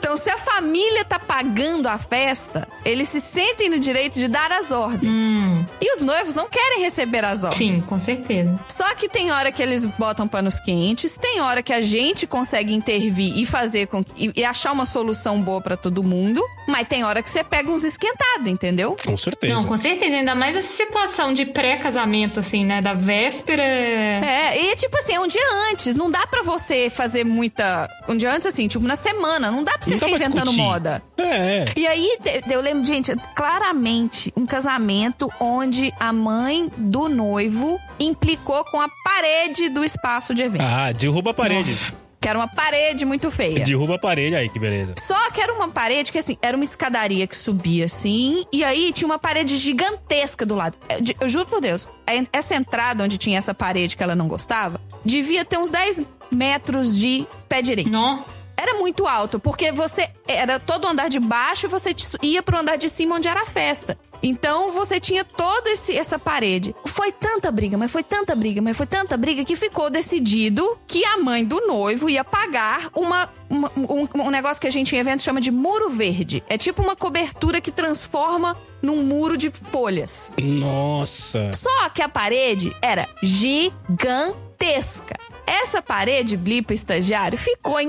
S2: Então, se a família tá pagando a festa, eles se sentem no direito de dar as ordens.
S5: Hum,
S2: E os noivos não querem receber as ordens.
S5: sim, com certeza.
S2: Só que tem hora que eles botam panos quentes, tem hora que a gente consegue intervir e fazer com e, e achar uma solução boa pra todo mundo, mas tem hora que você pega uns esquentados, entendeu?
S1: Com certeza.
S5: Não, com certeza. Ainda mais essa situação de pré-casamento, assim, né? Da véspera.
S2: É, e é tipo assim, é um dia antes, não dá pra você fazer muita, um dia antes assim, tipo na semana, não dá pra você
S1: Não dá
S2: ficar
S1: pra
S2: inventando
S1: discutir.
S2: moda.
S1: É, é.
S2: E aí, de- de- eu lembro, gente, claramente um casamento onde a mãe do noivo implicou com a parede do espaço de evento.
S1: Ah, derruba a parede.
S2: Que era uma parede muito feia.
S1: Derruba a parede aí, que beleza.
S2: Só que era uma parede que, assim, era uma escadaria que subia assim, e aí tinha uma parede gigantesca do lado. Eu, di- eu juro por Deus, é- essa entrada onde tinha essa parede que ela não gostava, devia ter uns 10 metros de pé direito.
S5: Não.
S2: Era muito alto, porque você era todo o andar de baixo e você te- ia pro andar de cima onde era a festa. Então você tinha toda essa parede. Foi tanta briga, mas foi tanta briga, mas foi tanta briga que ficou decidido que a mãe do noivo ia pagar uma, uma- um, um negócio que a gente em evento chama de muro verde. É tipo uma cobertura que transforma num muro de folhas.
S1: Nossa.
S2: Só que a parede era gigantesca. Essa parede, blipa estagiário, ficou em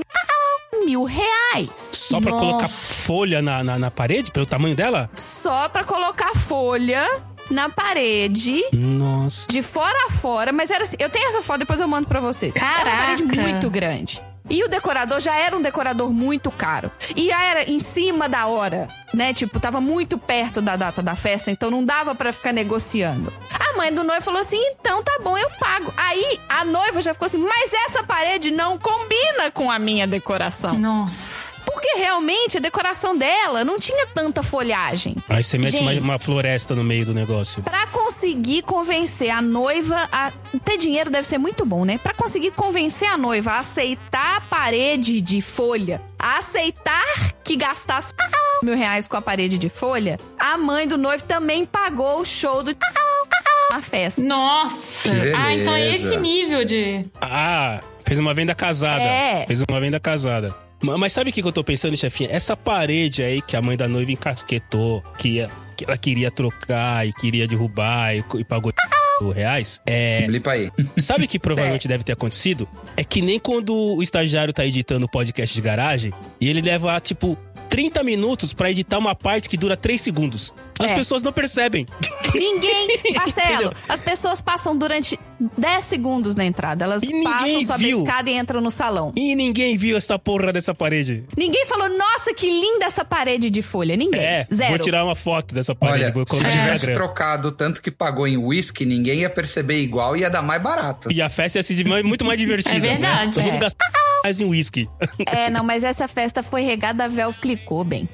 S2: mil reais.
S1: Só pra
S5: Nossa.
S1: colocar folha na, na, na parede, pelo tamanho dela?
S2: Só pra colocar folha na parede,
S1: Nossa.
S2: de fora a fora. Mas era assim, eu tenho essa foto, depois eu mando pra vocês. Era uma
S5: Caraca.
S2: parede muito grande. E o decorador já era um decorador muito caro. E era em cima da hora, né? Tipo, tava muito perto da data da festa, então não dava pra ficar negociando. A mãe do noivo falou assim: então tá bom, eu pago. Aí a noiva já ficou assim: mas essa parede não combina com a minha decoração.
S5: Nossa.
S2: Porque realmente a decoração dela não tinha tanta folhagem.
S1: Aí você mete uma,
S2: Gente.
S1: uma floresta no meio do negócio.
S2: Pra conseguir convencer a noiva a ter dinheiro deve ser muito bom, né? Pra conseguir convencer a noiva a aceitar Tá a parede de folha, a aceitar que gastasse mil reais com a parede de folha, a mãe do noivo também pagou o show do na festa.
S5: Nossa.
S4: Que
S5: Ah, então é
S4: beleza.
S5: esse nível de.
S1: Ah, fez uma venda casada.
S2: É.
S1: Fez uma venda casada. Ma- Mas sabe o que que eu tô pensando, chefinha? Essa parede aí que a mãe da noiva encasquetou, que, ia- que ela queria trocar e queria derrubar e, co- e pagou mil reais. É.
S4: Lipa aí.
S1: Sabe o que provavelmente deve ter É acontecido? É que nem quando o estagiário tá editando o podcast de garagem e ele leva, tipo, 30 minutos pra editar uma parte que dura 3 segundos. As
S2: É.
S1: pessoas não percebem.
S2: Ninguém, Marcelo,
S1: Entendeu?
S2: as pessoas passam durante 10 segundos na entrada. Elas
S1: E
S2: passam
S1: ninguém
S2: sob a
S1: viu.
S2: escada e entram no salão.
S1: E ninguém viu essa porra dessa parede.
S2: Ninguém falou, nossa, que linda essa parede de folha. Ninguém.
S1: É,
S2: Zero.
S1: vou tirar uma foto dessa parede,
S4: Olha,
S1: vou
S4: se
S1: colocar no
S4: tivesse
S1: Instagram.
S4: trocado o tanto que pagou em whisky, ninguém ia perceber igual e ia dar mais barato.
S1: E a festa ia ser de- muito mais divertida.
S5: É verdade,
S1: Né? Todo
S5: é.
S1: mundo gasta mais um em uísque.
S2: É, não, mas essa festa foi regada a véu, clicou bem.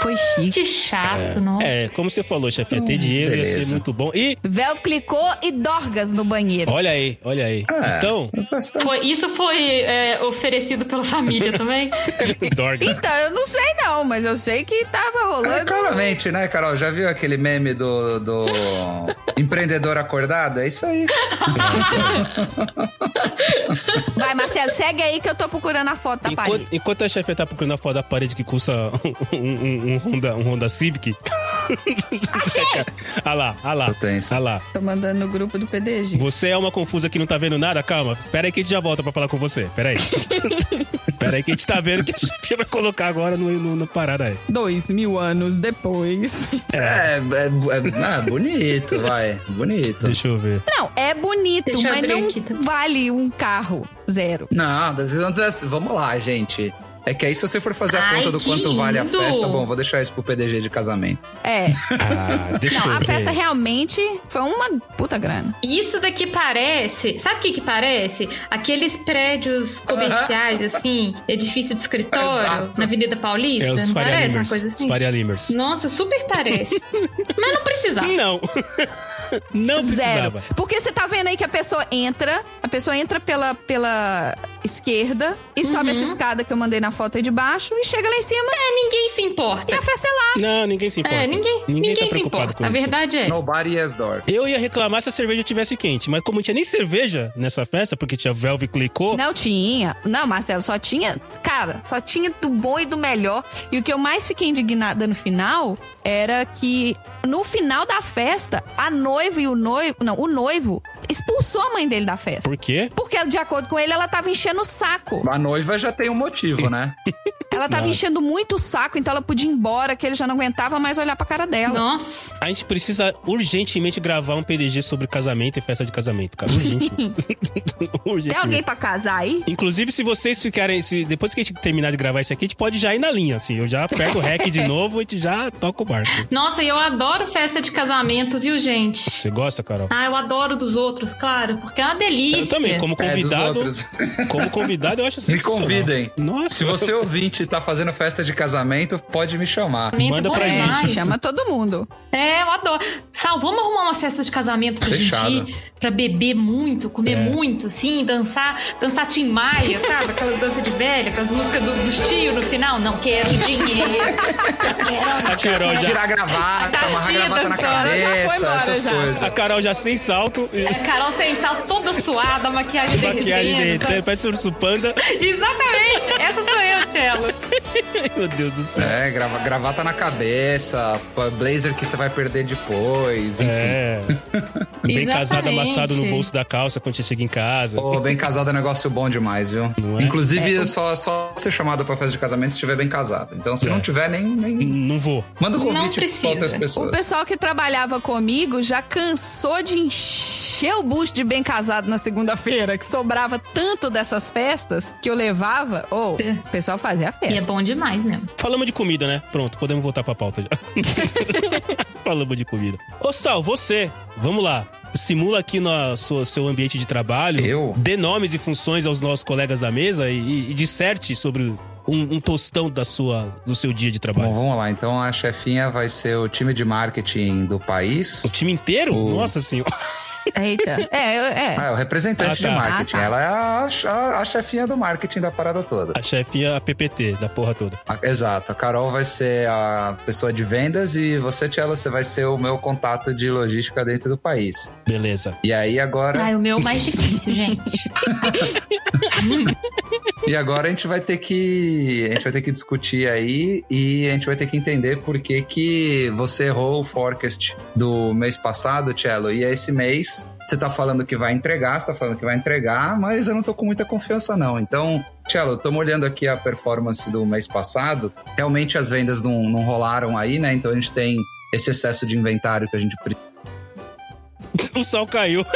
S2: foi chique.
S5: Que chato, nossa.
S1: É, como você falou, chefe, ter dinheiro ia ser
S4: beleza.
S1: muito bom. E
S2: Véu clicou e dorgas no banheiro.
S1: olha aí, olha aí.
S4: É,
S1: Então,
S4: festa-
S5: Foi- isso foi é, oferecido pela família também?
S1: Dorgas.
S2: Então, eu não sei não, mas eu sei que tava
S4: É,
S2: rolando.
S4: claramente, né, Carol? Já viu aquele meme do, do empreendedor acordado? É isso aí.
S2: Vai, Marcelo, segue aí que eu tô procurando a foto da
S1: Enquanto,
S2: parede.
S1: enquanto a chefe tá procurando a foto da parede que custa um, um- um Honda, um Honda Civic. Achei! ah lá, ah lá.
S4: Tô tenso.
S1: Ah lá.
S2: Tô mandando no grupo do PDG.
S1: Você é uma confusa que não tá vendo nada? Calma, pera aí que a gente já volta pra falar com você. Pera aí. pera aí que a gente tá vendo o que a chefe vai colocar agora no, no, na parada aí.
S8: Dois mil anos depois.
S4: É, é, é- é bonito, vai. Bonito.
S1: Deixa eu ver.
S2: Não, é bonito,
S5: Deixa eu
S2: mas
S5: abrir
S2: não
S5: aqui, tá?
S2: vale um carro. Zero.
S4: Não, das vezes, assim, vamos lá, gente. É que aí, se você for fazer a
S5: Ai,
S4: conta do
S5: que
S4: quanto vale a
S5: lindo.
S4: festa, bom, vou deixar isso pro PDG de casamento.
S2: É.
S1: Ah, deixa
S2: Não,
S1: eu
S2: a
S1: ver.
S5: é
S2: festa realmente foi uma puta grana.
S5: Isso daqui parece. Sabe o que, que parece? Aqueles prédios comerciais, assim, edifício de escritório,
S4: Exato.
S5: na Avenida Paulista.
S1: É os
S5: não
S1: Faria
S5: parece uma
S1: Limers.
S5: coisa
S1: Os
S5: assim?
S1: Faria Limers.
S5: Nossa, super parece. Mas não precisava.
S1: Não. Não
S2: Zero.
S1: precisava.
S2: Porque você tá vendo aí que a pessoa entra, a pessoa entra pela, pela esquerda e sobe
S5: Uhum.
S2: essa escada que eu mandei na foto aí de baixo e chega lá em cima
S5: É, ninguém se importa.
S2: e a festa é lá.
S1: Não, ninguém se importa.
S5: É, ninguém, ninguém,
S1: tá
S5: se
S1: preocupado
S5: importa.
S1: com
S5: a
S1: isso.
S5: verdade é.
S4: Nobody has door.
S1: Eu ia reclamar se a cerveja tivesse quente, mas como não tinha nem cerveja nessa festa, porque tinha Velve clicou,
S2: Não tinha. Não, Marcelo, só tinha. Cara, só tinha do bom e do melhor. E o que eu mais fiquei indignada no final era que no final da festa, a noiva e o noivo. Não, o noivo expulsou a mãe dele da festa.
S1: por quê?
S2: Porque, de acordo com ele, ela tava enchendo o saco.
S4: A noiva já tem um motivo, né?
S2: Ela tava enchendo muito o saco, então ela podia ir embora, que ele já não aguentava mais olhar pra cara dela.
S5: Nossa,
S1: A gente precisa urgentemente gravar um PDG sobre casamento e festa de casamento, cara. Urgente.
S2: Tem alguém pra casar aí?
S1: Inclusive, se vocês ficarem. Se, depois que a gente terminar de gravar isso aqui, a gente pode já ir na linha, assim. Eu já pego o rec de novo e a gente já toca o barco.
S5: nossa, e eu adoro festa de casamento, viu, gente?
S1: Você gosta, Carol?
S5: Ah, eu adoro dos outros, claro, porque é uma delícia.
S1: Eu também, como
S4: É, dos
S1: convidado.
S4: outros.
S1: como convidado, eu acho
S4: Me
S1: sensacional.
S4: convidem.
S1: Nossa.
S4: Se você ouvinte tá fazendo festa de casamento, pode me chamar.
S5: Casamento é
S1: Manda
S5: bom
S1: pra
S5: demais.
S1: gente.
S2: Chama todo mundo.
S5: É, eu adoro. Sal, vamos arrumar umas festas de casamento pra
S4: Fechado.
S5: gente ir, pra beber muito, comer
S1: É.
S5: muito, sim, dançar, dançar Tim Maia, sabe? Aquelas danças de velha, aquelas músicas do- dos tios no final. Não quero dinheiro.
S1: A Carol já.
S4: Tirar a gravata,
S5: Tá
S4: amarrar a
S5: tira,
S4: gravata na
S5: Sara,
S4: cabeça,
S8: já foi embora,
S4: essas
S8: já.
S1: A
S4: coisas.
S1: Carol já sem salto. e
S5: É, Carol sem sal, toda suada, a maquiagem
S1: Maquiagem
S5: derretendo.
S1: derretendo,
S5: sabe?
S1: parece um urso panda.
S5: Exatamente, essa sou eu, Tchelo.
S1: Meu Deus do céu.
S4: É, grava- gravata na cabeça, pa- blazer que você vai perder depois, enfim.
S1: É. Bem
S5: Exatamente.
S1: casado, amassado no bolso da calça quando você chega em casa.
S4: Pô, bem casado é negócio bom demais, viu?
S1: Não é?
S4: Inclusive, só, só ser chamado pra festa de casamento se estiver bem casado. Então,
S1: É.
S4: se não tiver, nem, nem...
S1: Não vou.
S4: Manda um
S5: Não
S4: convite
S5: precisa.
S4: pra outras pessoas.
S2: O pessoal que trabalhava comigo já cansou de encher o bucho de bem casado na segunda-feira, que sobrava tanto dessas festas que eu levava. Ou o pessoal fazia a
S5: E é
S2: festa.
S5: bom demais mesmo.
S1: Falamos de comida, né? Pronto, podemos voltar pra pauta já. Falamos de comida. Ô Sal, você, vamos lá. Simula aqui no seu, seu ambiente de trabalho.
S4: Eu?
S1: Dê nomes e funções aos nossos colegas da mesa e, e, e disserte sobre um, um tostão da sua, do seu dia de
S4: Bom,
S1: trabalho.
S4: vamos lá. Então, a chefinha vai ser o time de marketing do país.
S1: O time inteiro? Nossa senhora.
S2: Eita. É, eu- é.
S4: Ah, é o representante
S1: Ah, tá.
S4: de marketing.
S2: Ah, tá.
S4: Ela é a, a- a chefinha do marketing da parada toda.
S1: A chefinha, a PPT da porra toda.
S4: Ah, Exato. A Carol vai ser a pessoa de vendas e você, Tchela, você vai ser o meu contato de logística dentro do país.
S1: Beleza.
S4: E aí agora,
S5: Ai, o meu é o mais difícil, gente.
S4: e agora a gente vai ter que a gente vai ter que discutir aí e a gente vai ter que entender por que que você errou o forecast do mês passado, Tchelo, e esse mês Você tá falando que vai entregar, você tá falando que vai entregar, mas eu não tô com muita confiança, não. Então, Tchelo, estamos olhando aqui a performance do mês passado. Realmente as vendas não, não rolaram aí, né? Então a gente tem esse excesso de inventário que a gente precisa.
S1: O sal caiu.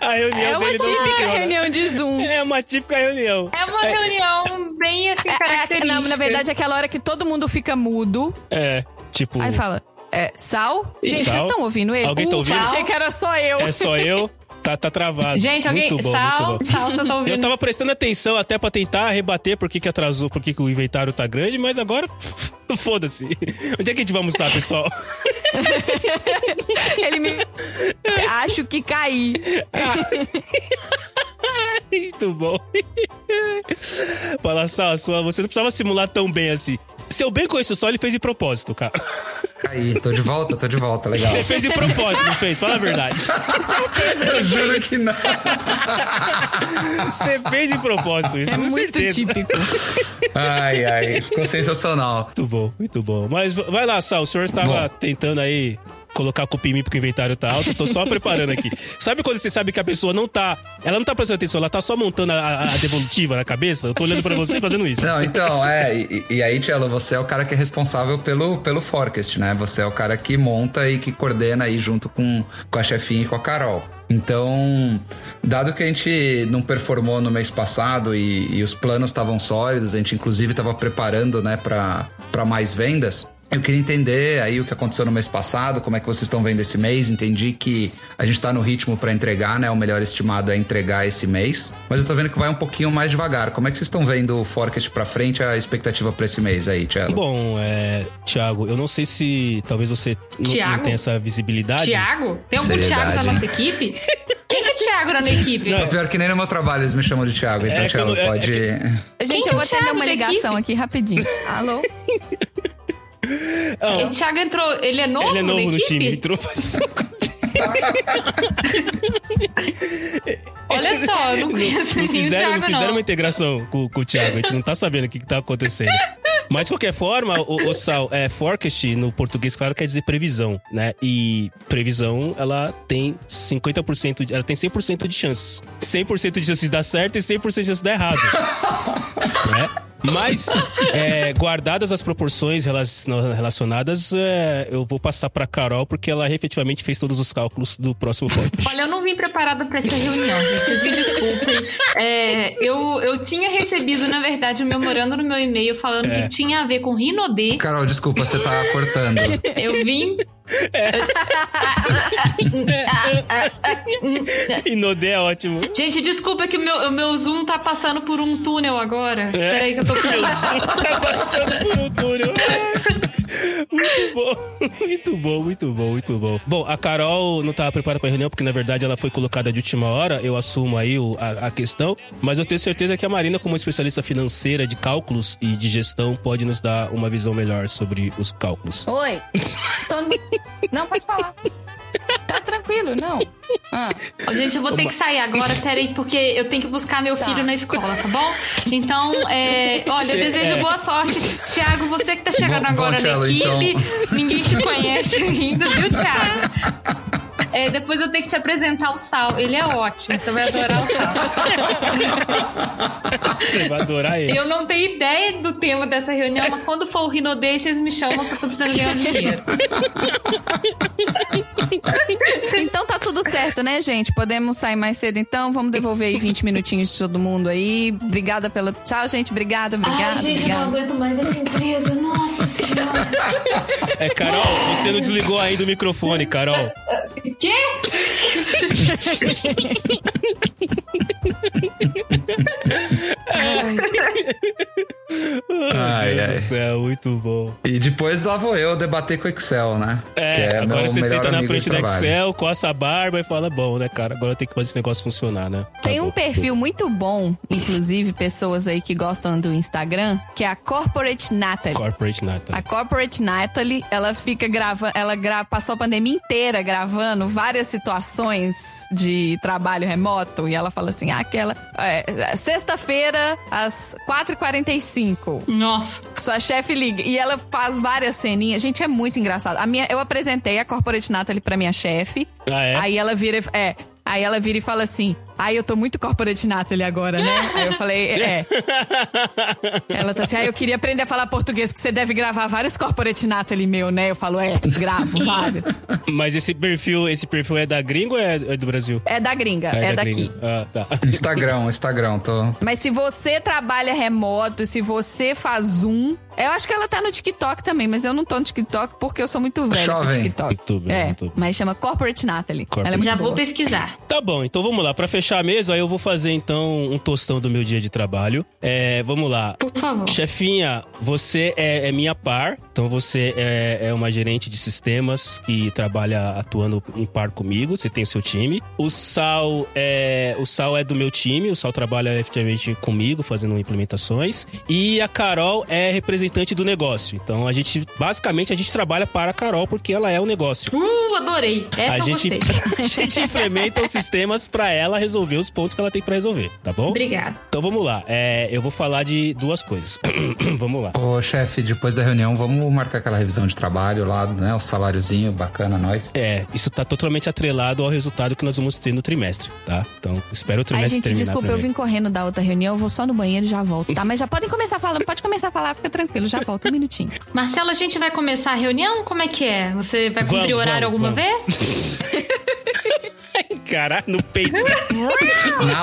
S1: A reunião
S3: É uma
S1: dele não
S3: típica
S1: funciona.
S2: né?
S3: reunião de Zoom.
S1: É uma típica reunião.
S5: É uma reunião bem assim
S2: É, é,
S5: característica.
S2: não, na verdade, é aquela hora que todo mundo fica mudo.
S1: É, tipo,
S2: Aí fala, é, sal? Gente,
S1: Sal?
S2: vocês estão ouvindo ele? Um
S1: Alguém tá
S2: Ufa,
S1: ouvindo?
S2: achei
S3: Achei
S2: que-
S3: que era só eu.
S1: é só eu, tá, tá travado.
S5: Gente, alguém.
S1: Muito bom,
S5: sal,
S1: muito bom.
S5: sal, você tá
S1: Eu
S5: ouvindo?
S1: tava prestando atenção até pra tentar rebater por que que atrasou, por que que o inventário tá grande, mas agora, foda-se. Onde é que a gente vai almoçar, pessoal?
S2: Ele me... Acho que caí.
S1: Muito bom. Fala, Sal, sua- você não precisava simular tão bem assim. Se eu bem conheço o Sol, ele fez de propósito, cara.
S4: Aí, tô de volta, tô de volta, legal.
S1: Você fez de propósito, não fez? Fala a verdade.
S4: Eu juro que não.
S1: Você fez de propósito isso,
S8: É
S1: com
S8: muito
S1: certeza.
S8: típico.
S4: Ai, ai, ficou sensacional.
S1: Muito bom, muito bom. Mas v- vai lá, Sal, o senhor estava tentando aí colocar a culpa em mim porque o inventário tá alto, eu tô só preparando aqui. Sabe quando você sabe que a pessoa não tá, ela não tá prestando atenção, ela tá só montando a- a, a devolutiva na cabeça? Eu tô olhando pra você e fazendo isso.
S4: Não, então, é. E, e aí, Tchelo, você é o cara que é responsável pelo, pelo forecast, né? Você é o cara que monta e que coordena aí junto com, com a chefinha e com a Carol. Então, dado que a gente não performou no mês passado e, e os planos estavam sólidos, a gente inclusive estava preparando, né, para mais vendas. Eu queria entender aí o que aconteceu no mês passado, como é que vocês estão vendo esse mês. Entendi que a gente tá no ritmo para entregar, né? O melhor estimado é entregar esse mês. Mas eu tô vendo que vai um pouquinho mais devagar. Como é que vocês estão vendo o forecast pra frente, a expectativa pra esse mês aí, Tiago?
S1: Bom, é, Thiago, eu não sei se talvez você não, não
S5: Thiago?
S1: tenha essa visibilidade.
S5: Tiago? Tem algum
S4: Seriedade.
S5: Tiago na nossa equipe? Quem que é Tiago na minha equipe?
S1: Não,
S4: Pior que nem no meu trabalho eles me chamam de Tiago, então,
S1: É,
S4: Tiago,
S1: quando- é-
S4: pode.
S2: Gente,
S5: que
S2: eu vou
S5: é o
S2: atender
S5: Thiago
S2: uma
S5: da
S2: ligação aqui rapidinho. Alô?
S5: Esse Thiago entrou. Ele é novo,
S1: Ele é novo
S5: na
S1: no
S5: equipe?
S1: time, entrou faz pouco.
S5: Olha só, eu não conheço
S1: Não
S5: nem o
S1: fizeram, não
S5: Thiago,
S1: fizeram
S5: não.
S1: uma integração com, com o Thiago. A gente não tá sabendo o que, que tá acontecendo. Mas, de qualquer forma, o, o Sal, é, forecast no português, claro, quer dizer previsão, né? E previsão, ela tem 50%, de- ela tem 100% de chances. 100% de chances de dar certo e 100% de chances de dar errado. né? Mas, é, guardadas as proporções relacion- relacionadas, é, eu vou passar pra Carol, porque ela efetivamente fez todos os cálculos do próximo podcast.
S5: Olha, eu não vim preparada pra essa reunião, gente. Vocês me desculpem. É, eu, eu tinha recebido, na verdade, um memorando no meu e-mail falando que tinha a ver com Rinodê.
S4: Carol, desculpa, você tá cortando.
S5: Eu vim.
S1: Inodê é ótimo.
S5: Gente, desculpa que o meu, o meu Zoom tá passando por um túnel agora. Peraí que eu tô
S1: Meu Zoom tá passando por um túnel. Muito bom, muito bom, muito bom, muito bom. Bom, a Carol não tava preparada pra reunião, porque na verdade ela foi colocada de última hora, eu assumo aí o- a, a questão, mas eu tenho certeza que a Marina, como especialista financeira de cálculos e de gestão, pode nos dar uma visão melhor sobre os cálculos.
S2: é- Oi? Tô no- Não, pode falar. Tá tranquilo, não. Ah,
S5: Ô, Gente, eu vou ter que sair agora, peraí, porque eu tenho que buscar meu filho na escola, tá bom? Então, é, olha, eu desejo
S1: é.
S5: boa sorte. Tiago, você que tá chegando
S4: Bom- bom,
S5: agora
S4: Thiago,
S5: na equipe,
S4: então.
S5: ninguém te conhece ainda, viu, Tiago? É, depois eu tenho que te apresentar o Sal. Ele é ótimo, você vai adorar o Sal.
S1: Você vai adorar ele.
S5: Eu não tenho ideia do tema dessa reunião, mas quando for o Rinodê, vocês me chamam porque eu tô precisando ganhar um dinheiro.
S2: Então tá tudo certo, né, gente? Podemos sair mais cedo então. Vamos devolver aí 20 minutinhos de todo mundo aí. Obrigada pela. Tchau, gente. Obrigada, obrigada,
S5: Ai, gente, eu não
S2: obrigada.
S5: aguento mais essa empresa. Nossa senhora.
S1: É, Carol, você não desligou ainda o microfone, Carol.
S5: Quê?
S4: Ai,
S1: Meu Deus
S4: ai.
S1: do céu, muito bom.
S4: E depois lá vou eu debater com o Excel, né?
S1: É,
S4: Que
S1: agora
S4: meu
S1: você
S4: melhor
S1: senta na
S4: amigo
S1: frente
S4: de
S1: do
S4: trabalho.
S1: Excel, coça a barba e fala: Bom, né, cara? Agora tem que fazer esse negócio funcionar, né? Tá
S2: Tem um
S1: bom.
S2: perfil muito bom, inclusive pessoas aí que gostam do Instagram, que é a Corporate Natalie.
S1: Corporate Nata. né?
S2: A Corporate Natalie, ela fica gravando, ela gra- passou a pandemia inteira gravando várias situações de trabalho remoto e ela fala assim, ah, aquela é, é, sexta-feira às 4h45
S9: cinco.
S5: Nossa.
S8: Sua chefe liga. E ela faz várias ceninhas. Gente, é muito engraçado. A minha, eu apresentei a Corporate Natalie pra minha chefe.
S1: Ah, é?
S8: Aí ela vira. e- É. Aí ela vira e fala assim. Aí eu tô muito Corporate Natalie agora, né? Aí eu falei, é. Ela tá assim, ah, eu queria aprender a falar português, porque você deve gravar vários Corporate Natalie meu, né? Eu falo, é, gravo vários.
S1: Mas esse perfil, esse perfil é da gringa ou é é do Brasil?
S8: É da gringa, é,
S1: da
S8: daqui.
S1: gringa. Ah, tá.
S2: É.
S4: Instagram, Instagram, tô.
S8: Mas se você trabalha remoto, se você faz Zoom. Eu acho que ela tá no TikTok também, mas eu não tô no TikTok porque eu sou muito velha pro
S4: Jovem.
S8: TikTok.
S1: YouTube,
S8: é,
S1: YouTube.
S8: mas chama Corporate Natalie.
S1: Corporate.
S8: Ela é muito
S5: Já vou
S8: boa.
S5: pesquisar.
S1: Tá bom, então vamos lá. Pra fechar a mesa, aí eu vou fazer então um tostão do meu dia de trabalho. É, vamos lá.
S5: Por favor.
S1: Chefinha, você é, é minha par, então você é, é uma gerente de sistemas que trabalha atuando em par comigo, você tem o seu time. O Sal é, o Sal é do meu time, o Sal trabalha efetivamente comigo, fazendo implementações. E a Carol é representante do negócio, então a gente, basicamente, a gente trabalha para a Carol porque ela é o negócio.
S5: Uh, adorei. Essa
S1: a,
S5: eu
S1: gente, tá-
S5: gostei.
S1: a gente implementa os sistemas para ela resolver os pontos que ela tem para resolver, tá bom?
S5: Obrigada.
S1: Então vamos lá, É, eu vou falar de duas coisas. vamos lá.
S4: Ô, chefe, depois da reunião, vamos marcar aquela revisão de trabalho lá, né? O saláriozinho, bacana, nós.
S1: É, isso tá totalmente atrelado ao resultado que nós vamos ter no trimestre, tá? Então, espero o
S8: Ai,
S1: trimestre
S8: gente,
S1: terminar
S8: desculpa, eu
S1: primeiro.
S8: vim correndo da outra reunião, eu vou só no banheiro e já volto, tá? Mas já podem começar falando, pode começar a falar, fica tranquilo, já volto, um minutinho.
S5: Marcelo, a gente vai começar a reunião? Como é que é? Você vai
S1: Vamos,
S5: cumprir o horário
S1: vamos,
S5: alguma
S1: vamos.
S5: vez?
S1: Caralho, no peito.
S4: Na
S5: Já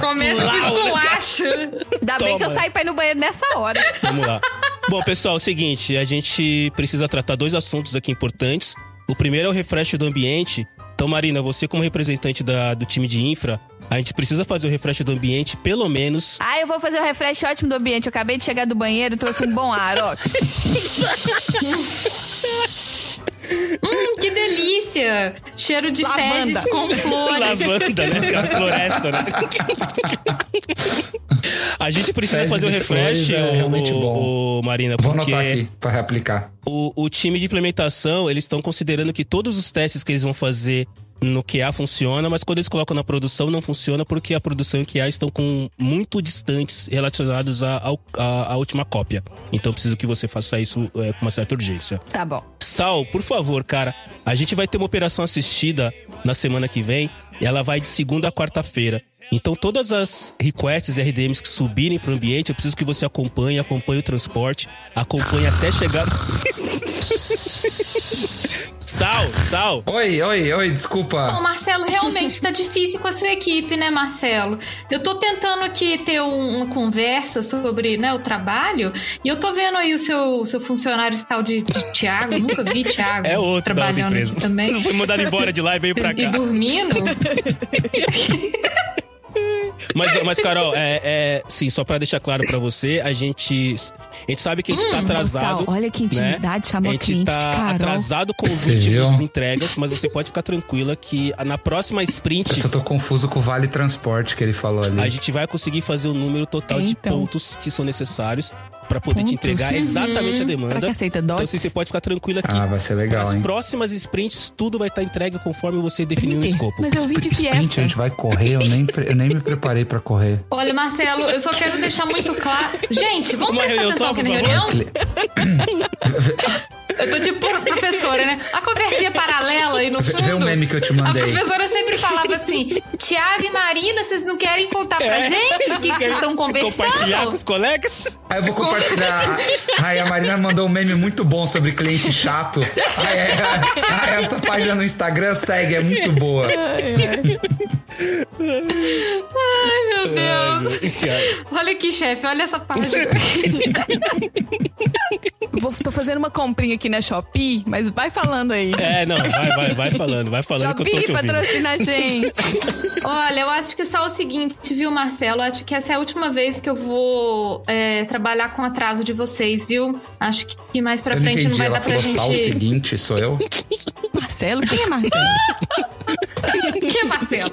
S5: começa com esculacho.
S8: Ainda bem que eu
S1: Toma.
S8: saí pra ir no banheiro nessa hora.
S1: Vamos lá. Bom, pessoal, é o seguinte, a gente precisa tratar dois assuntos aqui importantes. O primeiro é o refresh do ambiente. Então, Marina, você como representante da- do time de infra, a gente precisa fazer o refresh do ambiente pelo menos
S8: Ah, eu vou fazer o refresh ótimo do ambiente. Eu acabei de chegar do banheiro, trouxe um bom ar, ó.
S5: Hum, que delícia. Cheiro de
S8: Lavanda.
S5: fezes com flores.
S1: Lavanda, né? Que é a floresta, né? A gente precisa
S4: Fezes
S1: fazer o
S4: e
S1: refresh,
S4: flores é realmente
S1: o,
S4: bom.
S1: Marina,
S4: Vou
S1: porque
S4: anotar aqui pra reaplicar.
S1: o, o time de implementação, eles estão considerando que todos os testes que eles vão fazer no QA funciona, mas quando eles colocam na produção não funciona porque a produção e o QA estão com muito distantes relacionados à, ao- à, à última cópia. Então preciso que você faça isso é, com uma certa urgência.
S8: Tá bom.
S1: Sal, por favor, cara. A gente vai ter uma operação assistida na semana que vem. E ela vai de segunda a quarta-feira. Então, todas as requests e RDMs que subirem pro ambiente, eu preciso que você acompanhe, acompanhe o transporte, acompanhe até chegar. sal, sal.
S4: Oi, oi, oi,
S5: Bom,
S4: desculpa.
S5: Marcelo, realmente tá difícil com a sua equipe, né, Marcelo? Eu tô tentando aqui ter um- uma conversa sobre né, o trabalho e eu tô vendo aí o seu, o seu funcionário esse tal de, de Thiago, nunca vi Thiago
S1: É outro da outra
S5: trabalhando
S1: empresa.
S5: aqui também.
S1: Foi mandado embora de lá e veio pra
S5: E
S1: cá.
S5: dormindo?
S1: Mas, mas Carol, é, é, sim, só pra deixar claro pra você, a gente, a gente sabe que a gente tá atrasado.
S8: Sal, Hum, olha que intimidade, chamou
S1: a
S8: a
S1: gente
S8: cliente
S1: tá
S8: de Carol.
S1: atrasado com os
S4: Você
S1: últimos
S4: viu?
S1: entregas, mas você pode ficar tranquila que na próxima
S4: Eu
S1: sprint
S4: só tô confuso com o Vale Transporte que ele falou
S1: a
S4: ali.
S1: gente vai conseguir fazer o número total de
S9: Então.
S1: pontos que são necessários pra poder
S8: Pontos?
S1: te entregar
S8: Uhum.
S1: exatamente a
S8: Pra que
S1: demanda.
S8: aceita
S1: Então
S8: dots?
S1: assim, você pode ficar tranquila aqui.
S4: Ah, vai ser legal,
S1: Nas
S4: hein?
S1: próximas sprints, tudo vai estar entregue conforme você definiu no
S8: Peter,
S1: escopo.
S8: Mas eu vim de
S4: Sprint, a
S8: fiesta.
S4: gente vai correr, eu nem, pre- eu nem me preparei pra correr.
S5: Olha, Marcelo, eu só quero deixar muito claro. Gente, vamos
S1: Uma
S5: prestar
S1: reunião
S5: atenção
S1: só,
S5: aqui
S1: por
S5: na
S1: favor.
S5: reunião? Eu tô tipo pro- professora, né? A conversinha paralela aí no
S4: Vê-
S5: fundo.
S4: vê o meme que eu te mandei.
S5: A professora sempre falava assim: Tiago e Marina, vocês não querem contar pra
S1: É.
S5: gente o que que vocês estão
S1: Compartilhar com
S5: conversando?
S1: os colegas?
S4: Aí Ah, eu vou compartilhar. Ai, a Marina mandou um meme muito bom sobre cliente chato. Ai, é- ai, essa página no Instagram segue, é muito boa.
S5: Ai,
S1: Ai,
S5: meu Deus.
S1: meu- cara.
S5: Olha aqui, chefe, olha essa página.
S9: Vou, tô fazendo uma comprinha aqui na Shopee, mas vai falando aí.
S1: É, não, vai, vai, vai falando, vai falando que eu tô
S8: Shopee
S1: te ouvindo.
S8: patrocina a gente.
S5: Olha, eu acho que só o seguinte, viu, Marcelo? Eu Acho que essa é a última vez que eu vou é, trabalhar com atraso de vocês, viu? Acho que mais pra
S4: eu não
S5: frente
S4: entendi,
S5: não vai
S4: ela
S5: dar pra
S4: falou só o
S5: gente.
S4: seguinte, sou eu?
S8: Marcelo? Quem é Marcelo?
S5: O que, Marcelo?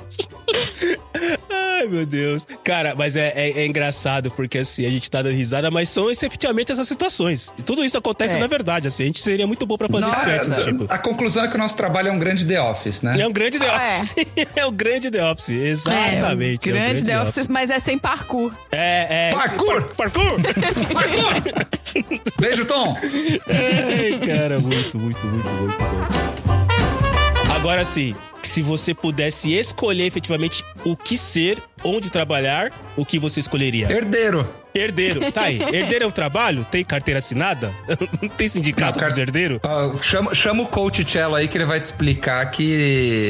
S1: Ai, meu Deus. Cara, mas é, é- é engraçado, porque assim, a gente tá dando risada, mas são efetivamente essas situações. E tudo isso acontece
S3: É.
S1: na verdade, assim. A gente seria muito bom pra fazer sketch do tipo.
S4: Ah, A conclusão é que o nosso trabalho é um grande The Office, né?
S1: É um grande The
S2: Ah,
S1: Office. É. o grande The Office,
S8: É,
S1: exatamente. É um
S8: grande The Office, mas é sem parkour.
S1: É, é.
S4: Parkour!
S1: Par- Parkour!
S4: Beijo, Tom!
S1: Ai, cara, muito, muito, muito, muito bom. Agora sim, se você pudesse escolher efetivamente o que ser, onde trabalhar, o que você escolheria?
S4: Herdeiro.
S1: Herdeiro, tá aí. Herdeiro é o trabalho? Tem carteira assinada? Não tem sindicato
S4: Não, car-
S1: dos herdeiros?
S4: Ah, chama, chama o coach Cello aí que ele vai te explicar que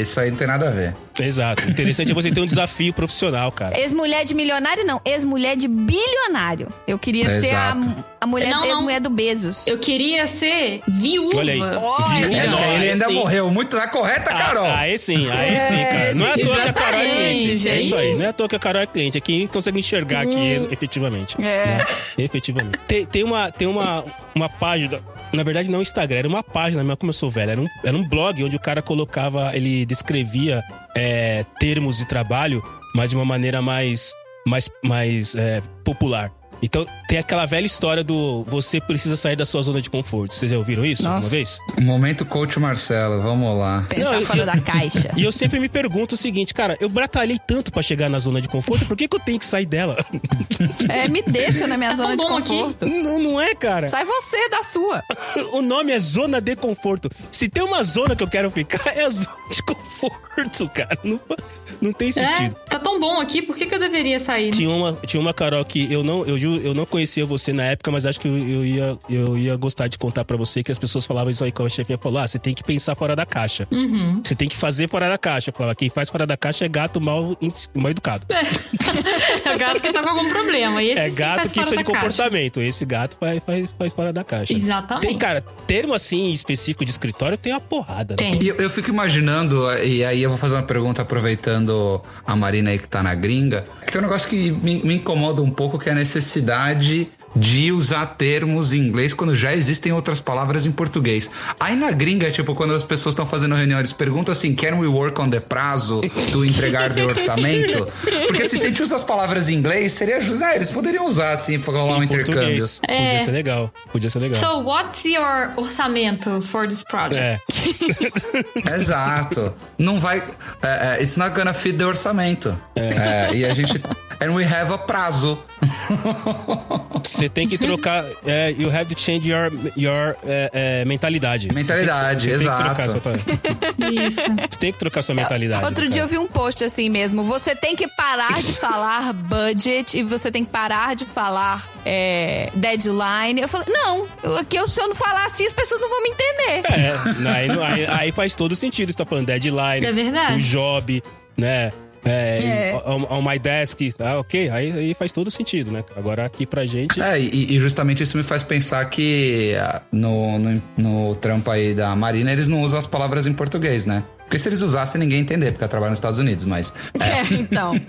S4: isso aí não tem nada a ver.
S1: Exato. O Interessante é você ter um desafio profissional, cara.
S2: Ex-mulher de milionário, não. Ex-mulher de bilionário. Eu queria ser a,
S4: Exato.
S2: a mulher,
S5: Não, não.
S2: ex-mulher do Bezos.
S5: Eu queria ser viúva.
S1: Olha aí.
S2: Olha,
S1: Viu?
S4: É, porque
S1: Nossa,
S4: ele ainda
S1: sim.
S4: morreu muito. Tá correta, Carol?
S1: Ah, aí sim, aí sim, cara. Não é à toa que a Carol é
S5: exatamente,
S1: cliente. É isso aí.
S5: gente.
S1: Não é à toa que a Carol é cliente. É quem consegue enxergar aqui, efetivamente.
S8: É.
S1: Né? Efetivamente. Tem, tem uma, tem uma, uma página. Na verdade, não é um Instagram, era uma página, mas como eu sou velho, era um, era um blog onde o cara colocava, ele descrevia é, termos de trabalho, mas de uma maneira mais, mais, mais é, popular. Então, tem aquela velha história do você precisa sair da sua zona de conforto. Vocês já ouviram isso uma
S8: Nossa.
S1: vez?
S4: Momento coach Marcelo, vamos lá.
S2: Pensar
S1: Não, eu-
S2: fora da caixa.
S1: E eu sempre me pergunto o seguinte, cara, eu batalhei tanto pra chegar na zona de conforto, por que, que eu tenho que sair dela?
S2: É, me deixa na minha zona de
S5: bom aqui.
S2: conforto.
S1: Não, não é, cara.
S2: Sai você da sua.
S1: O nome é zona de conforto. Se tem uma zona que eu quero ficar, é a zona de conforto, cara. Não, não tem
S5: É,
S1: sentido.
S5: tá tão bom aqui, por que, que eu deveria sair? né?
S1: Tinha uma, tinha uma Carol que eu não, eu, ju- eu não conhecia você na época, mas acho que eu, eu ia, eu ia gostar de contar pra você que as pessoas falavam isso aí com a chefinha falou: ah, você tem que pensar fora da caixa. Você tem que fazer fora da caixa. Eu falava, quem faz fora da caixa é gato mal, ens- mal educado.
S5: É gato que tá com algum problema. E esse
S1: É
S5: sim
S1: gato
S5: faz
S1: que
S5: fora
S1: precisa de
S5: da caixa.
S1: comportamento. Esse gato faz, faz, faz fora da caixa.
S5: Exatamente.
S1: Tem, cara, termo assim específico de escritório tem uma porrada. né?
S5: Tem.
S4: E eu, eu fico imaginando, e aí eu vou fazer uma pergunta aproveitando a Marina aí que tá na gringa, que tem um negócio que me, me incomoda um pouco, que é a necessidade de usar termos em inglês quando já existem outras palavras em português. Aí na gringa, tipo, quando as pessoas estão fazendo reuniões, perguntam assim, can we work on the prazo do entregar do orçamento? Porque se a gente usa as palavras em inglês, seria justo. Ah, eles poderiam usar, assim, pra rolar um
S1: Em
S4: intercâmbio.
S1: português. Podia ser legal. Podia ser legal.
S5: É. So, what's your orçamento for this project?
S1: É.
S4: Exato. Não vai. é, é, it's not gonna fit the orçamento. É, e a gente. And we have a prazo.
S1: Você tem que trocar. é, you have to change your, your é, é, mentalidade.
S4: Mentalidade,
S1: Você tem que trocar sua,
S4: exato.
S1: pa-
S5: Isso.
S1: você tem que trocar sua mentalidade.
S2: Outro dia eu vi um post assim mesmo. Você tem que parar de falar budget e você tem que parar de falar é, deadline. Eu falei, não, eu- aqui eu, se eu não falar assim, as pessoas não vão me entender.
S1: É, aí, não- aí- aí faz todo sentido. Você tá falando deadline.
S5: É verdade.
S1: O job, né? É, On, on my desk. Ah, ok. Aí, aí faz todo sentido, né? Agora aqui pra gente.
S4: É, e, e justamente isso me faz pensar que ah, no, no, no trampo aí da Marina, eles não usam as palavras em português, né? Porque se eles usassem, ninguém ia entender, porque ela trabalha nos Estados Unidos, mas.
S2: É, então.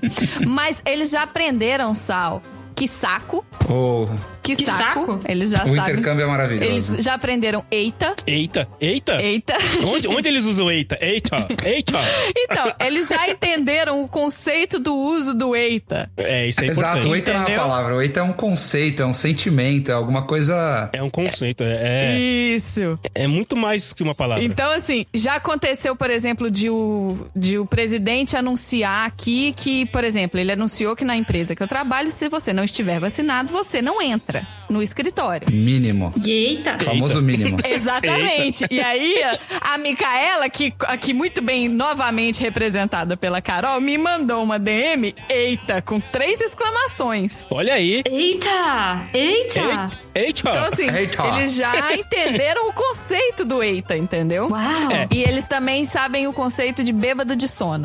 S2: Mas eles já aprenderam, Sal, que saco.
S4: O,
S2: Que,
S5: Que
S2: saco.
S5: saco?
S2: Eles já
S4: o
S2: sabem.
S4: intercâmbio é
S2: Eles
S4: maravilhoso. É.
S2: já aprenderam eita,
S1: Eita, eita!
S8: É.
S2: eita.
S1: Onde, onde eles usam eita? Eita, eita!
S2: Então, eles já entenderam o conceito do uso do eita.
S1: É, isso é
S4: Exato, o
S1: importante.
S4: eita não é uma
S8: Entendeu?
S4: palavra, o eita é um conceito, é um sentimento, é alguma coisa.
S1: É um conceito, é, é,
S8: Isso.
S1: é muito mais que uma palavra.
S8: Então, assim, já aconteceu, por exemplo, de o, de o presidente anunciar aqui que, por exemplo, ele anunciou que na empresa que eu trabalho, se você não estiver vacinado, você não entra no escritório.
S4: Mínimo.
S1: É.
S5: E Eita.
S4: Famoso mínimo.
S8: Exatamente. E aí, a, a Micaela, que aqui muito bem, novamente representada pela Carol, me mandou uma DM, eita, com três exclamações.
S1: Olha aí.
S5: Eita! Eita!
S1: É. Eita!
S8: Então, assim,
S4: Eita.
S8: eles já entenderam o conceito do eita, entendeu?
S5: Uau!
S2: E eles também sabem o conceito de bêbado de sono.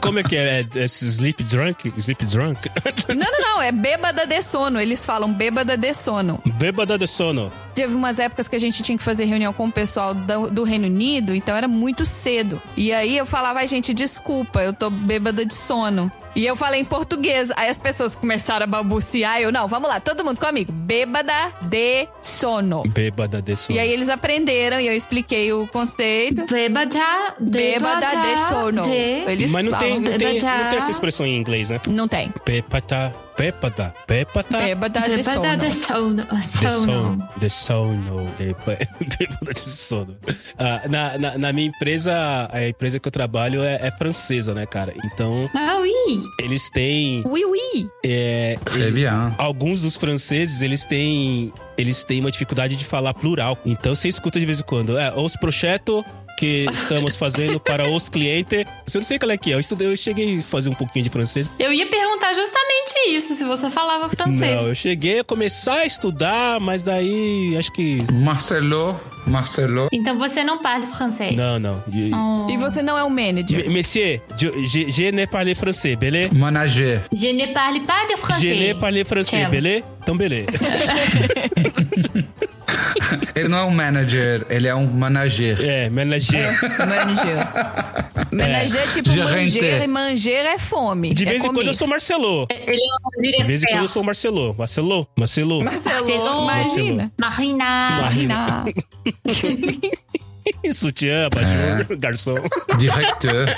S1: Como é que é? é, é esse sleep drunk? Sleep drunk?
S2: Não, não, não. É bêbada de sono. Eles
S8: falam bêbada de sono.
S1: Bêbada de sono.
S8: Teve umas épocas que a gente tinha que fazer reunião com o pessoal do, do Reino Unido, então era muito cedo. E aí eu falava, ai gente, desculpa, eu tô bêbada de sono. E eu falei em português. Aí as pessoas começaram a balbuciar. Eu, não, vamos lá, todo mundo comigo. Bêbada de sono.
S1: Bêbada de sono.
S8: E aí eles aprenderam e eu expliquei o conceito.
S5: Bêbada,
S8: Bêbada de sono.
S5: de-
S8: Eles
S1: Mas não tem,
S8: falam
S1: não, tem,
S5: bêbada.
S1: não tem essa expressão em inglês, né?
S8: Não tem.
S1: Bêbada, bêbada, bêbada.
S8: Bêbada de
S5: Bêbada
S8: sono.
S5: de sono. Ah,
S1: De
S5: Sono.
S1: sono, de sono, de, bêbada de sono. Ah, na, na, na minha empresa, a empresa que eu trabalho é, é francesa, né, cara? Então,
S5: Ah, oui.
S1: eles têm.
S8: Ui, ui.
S1: é,
S4: Trevian.
S1: alguns dos franceses, eles têm eles têm uma dificuldade de falar plural. Então você escuta de vez em quando, é, os projetos que estamos fazendo para os clientes. Eu não sei qual é que é. Eu, estudei, eu cheguei a fazer um pouquinho de francês.
S5: Eu ia perguntar justamente isso, se você falava francês.
S1: Não, eu cheguei a começar a estudar, mas daí acho que
S4: Marcelo, Marcelo.
S5: Então você não fala francês.
S1: não, não. E-
S5: Oh.
S8: E você não é um manager.
S1: M- Monsieur, je, je, je ne parle français, beleza?
S4: Manager.
S5: Je ne parle pas
S1: Je
S5: de
S1: ne
S5: francês.
S1: parle français,
S5: Tchau.
S1: beleza? Então, beleza.
S4: Ele não é um manager, ele é um manager.
S1: É, manager.
S8: Manager. Manager é tipo
S4: Gerente.
S8: manjeira e manjeira é fome.
S1: De
S8: é
S1: vez em
S8: comer.
S1: quando eu sou Marcelô.
S5: Ele é um
S1: De vez em quando eu
S5: diretor.
S1: sou Marcelô. Marcelô, Marcelô.
S5: Marcelo.
S8: Marcelo,
S4: né?
S8: imagina.
S5: Marina.
S8: Marina.
S1: Sutiã, abajur, garçom.
S4: Directeur.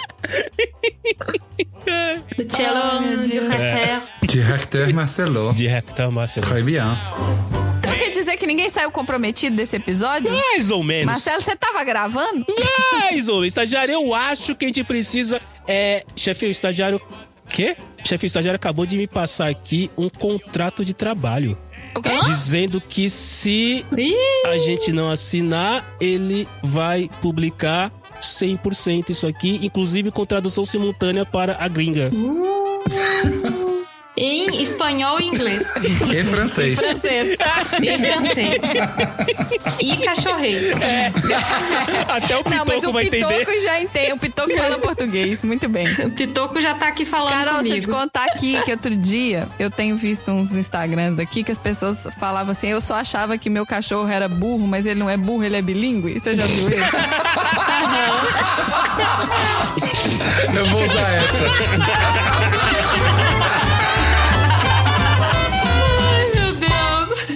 S5: O cello diretor.
S4: Directeur Marcelo.
S1: De reptão, Marcelo.
S4: Très bien.
S8: Então quer dizer que ninguém saiu comprometido desse episódio?
S1: Mais ou menos.
S8: Marcelo, você tava gravando?
S1: Mais ou menos. Estagiário, eu acho que a gente precisa... É... Chefe, o estagiário... Quê? Chefe, o estagiário acabou de me passar aqui um contrato de trabalho.
S8: O quê?
S1: Dizendo que se
S4: É.
S5: Ih,
S1: a gente não assinar, ele vai publicar 100% isso aqui, inclusive com tradução simultânea para a gringa.
S5: Em espanhol e inglês.
S4: E francês.
S5: E francês. E cachorrei.
S1: Até o
S8: Não, mas
S1: Pitoco
S8: o
S1: vai entender.
S8: Pitoco é- já entende. O Pitoco fala português. Muito bem.
S5: O Pitoco já tá aqui falando
S8: Carol,
S5: comigo.
S8: se eu te contar aqui que outro dia eu tenho visto uns Instagrams daqui que as pessoas falavam assim: eu só achava que meu cachorro era burro, mas ele não é burro, ele é bilíngue. Você já viu isso?
S4: Eu vou usar essa.
S5: Ai, meu Deus.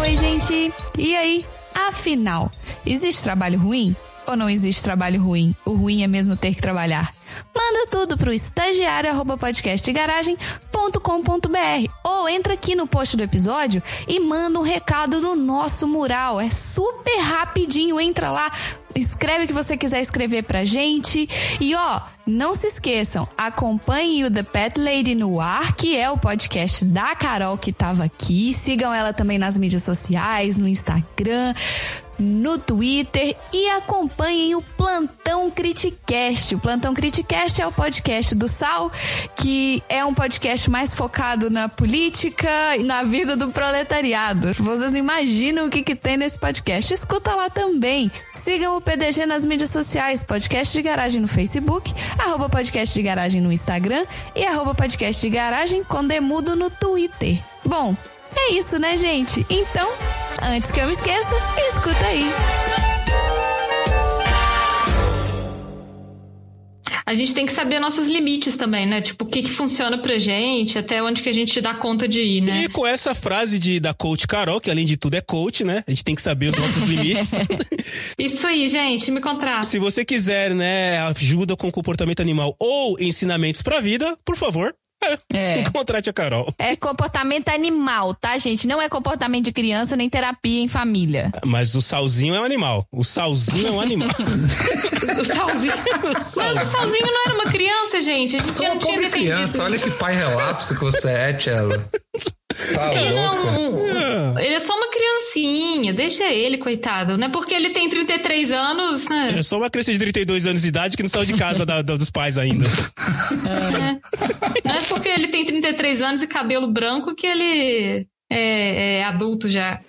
S8: Oi, gente. E aí? Afinal, existe trabalho ruim? Ou não existe trabalho ruim? O ruim é mesmo ter que trabalhar. Manda tudo pro estagiário.podcastgaragem.com.br ou entra aqui no post do episódio e manda um recado no nosso mural. É super rapidinho, entra lá, escreve o que você quiser escrever pra gente. E ó, não se esqueçam, acompanhem o The Pet Lady no ar, que é o podcast da Carol que tava aqui. Sigam ela também nas mídias sociais, no Instagram, no Twitter e acompanhem o Plantão Criticast. O Plantão Criticast é o podcast do Sal, que é um podcast mais focado na política e na vida do proletariado. Vocês não imaginam o que, que tem nesse podcast. Escuta lá também. Sigam o PDG nas mídias sociais, Podcast de Garagem no Facebook, arroba Podcast de Garagem no Instagram e arroba Podcast de Garagem com Demudo no Twitter. Bom, é isso, né, gente? Então, antes que eu me esqueça, escuta aí.
S5: A gente tem que saber nossos limites também, né? Tipo, o que, que funciona pra gente, até onde que a gente dá conta de ir, né?
S1: E com essa frase de, da coach Carol, que além de tudo é coach, né? A gente tem que saber os nossos limites.
S5: Isso aí, gente, me contrata.
S1: Se você quiser, né, ajuda com comportamento animal ou ensinamentos pra vida, por favor,
S8: É.
S1: contrate a Carol.
S8: É comportamento animal, tá, gente? Não é comportamento de criança nem terapia em família.
S1: Mas o salzinho é um animal. O salzinho é um animal.
S5: O Salzinho. Mas o Salzinho não era uma criança, gente. A gente
S4: Sou
S5: não
S4: uma
S5: tinha
S4: um pobre
S5: defendido.
S4: criança, olha que pai relapso que você é, Tchelo. Tá
S5: Ele
S4: louco.
S5: não. Ele é só uma criancinha. Deixa ele, coitado. Não é porque ele tem 33 anos, né?
S1: Eu sou É uma criança de 32 anos de idade que não saiu de casa da- da- dos pais ainda.
S5: Não é porque ele tem 33 anos e cabelo branco que ele é, é adulto já.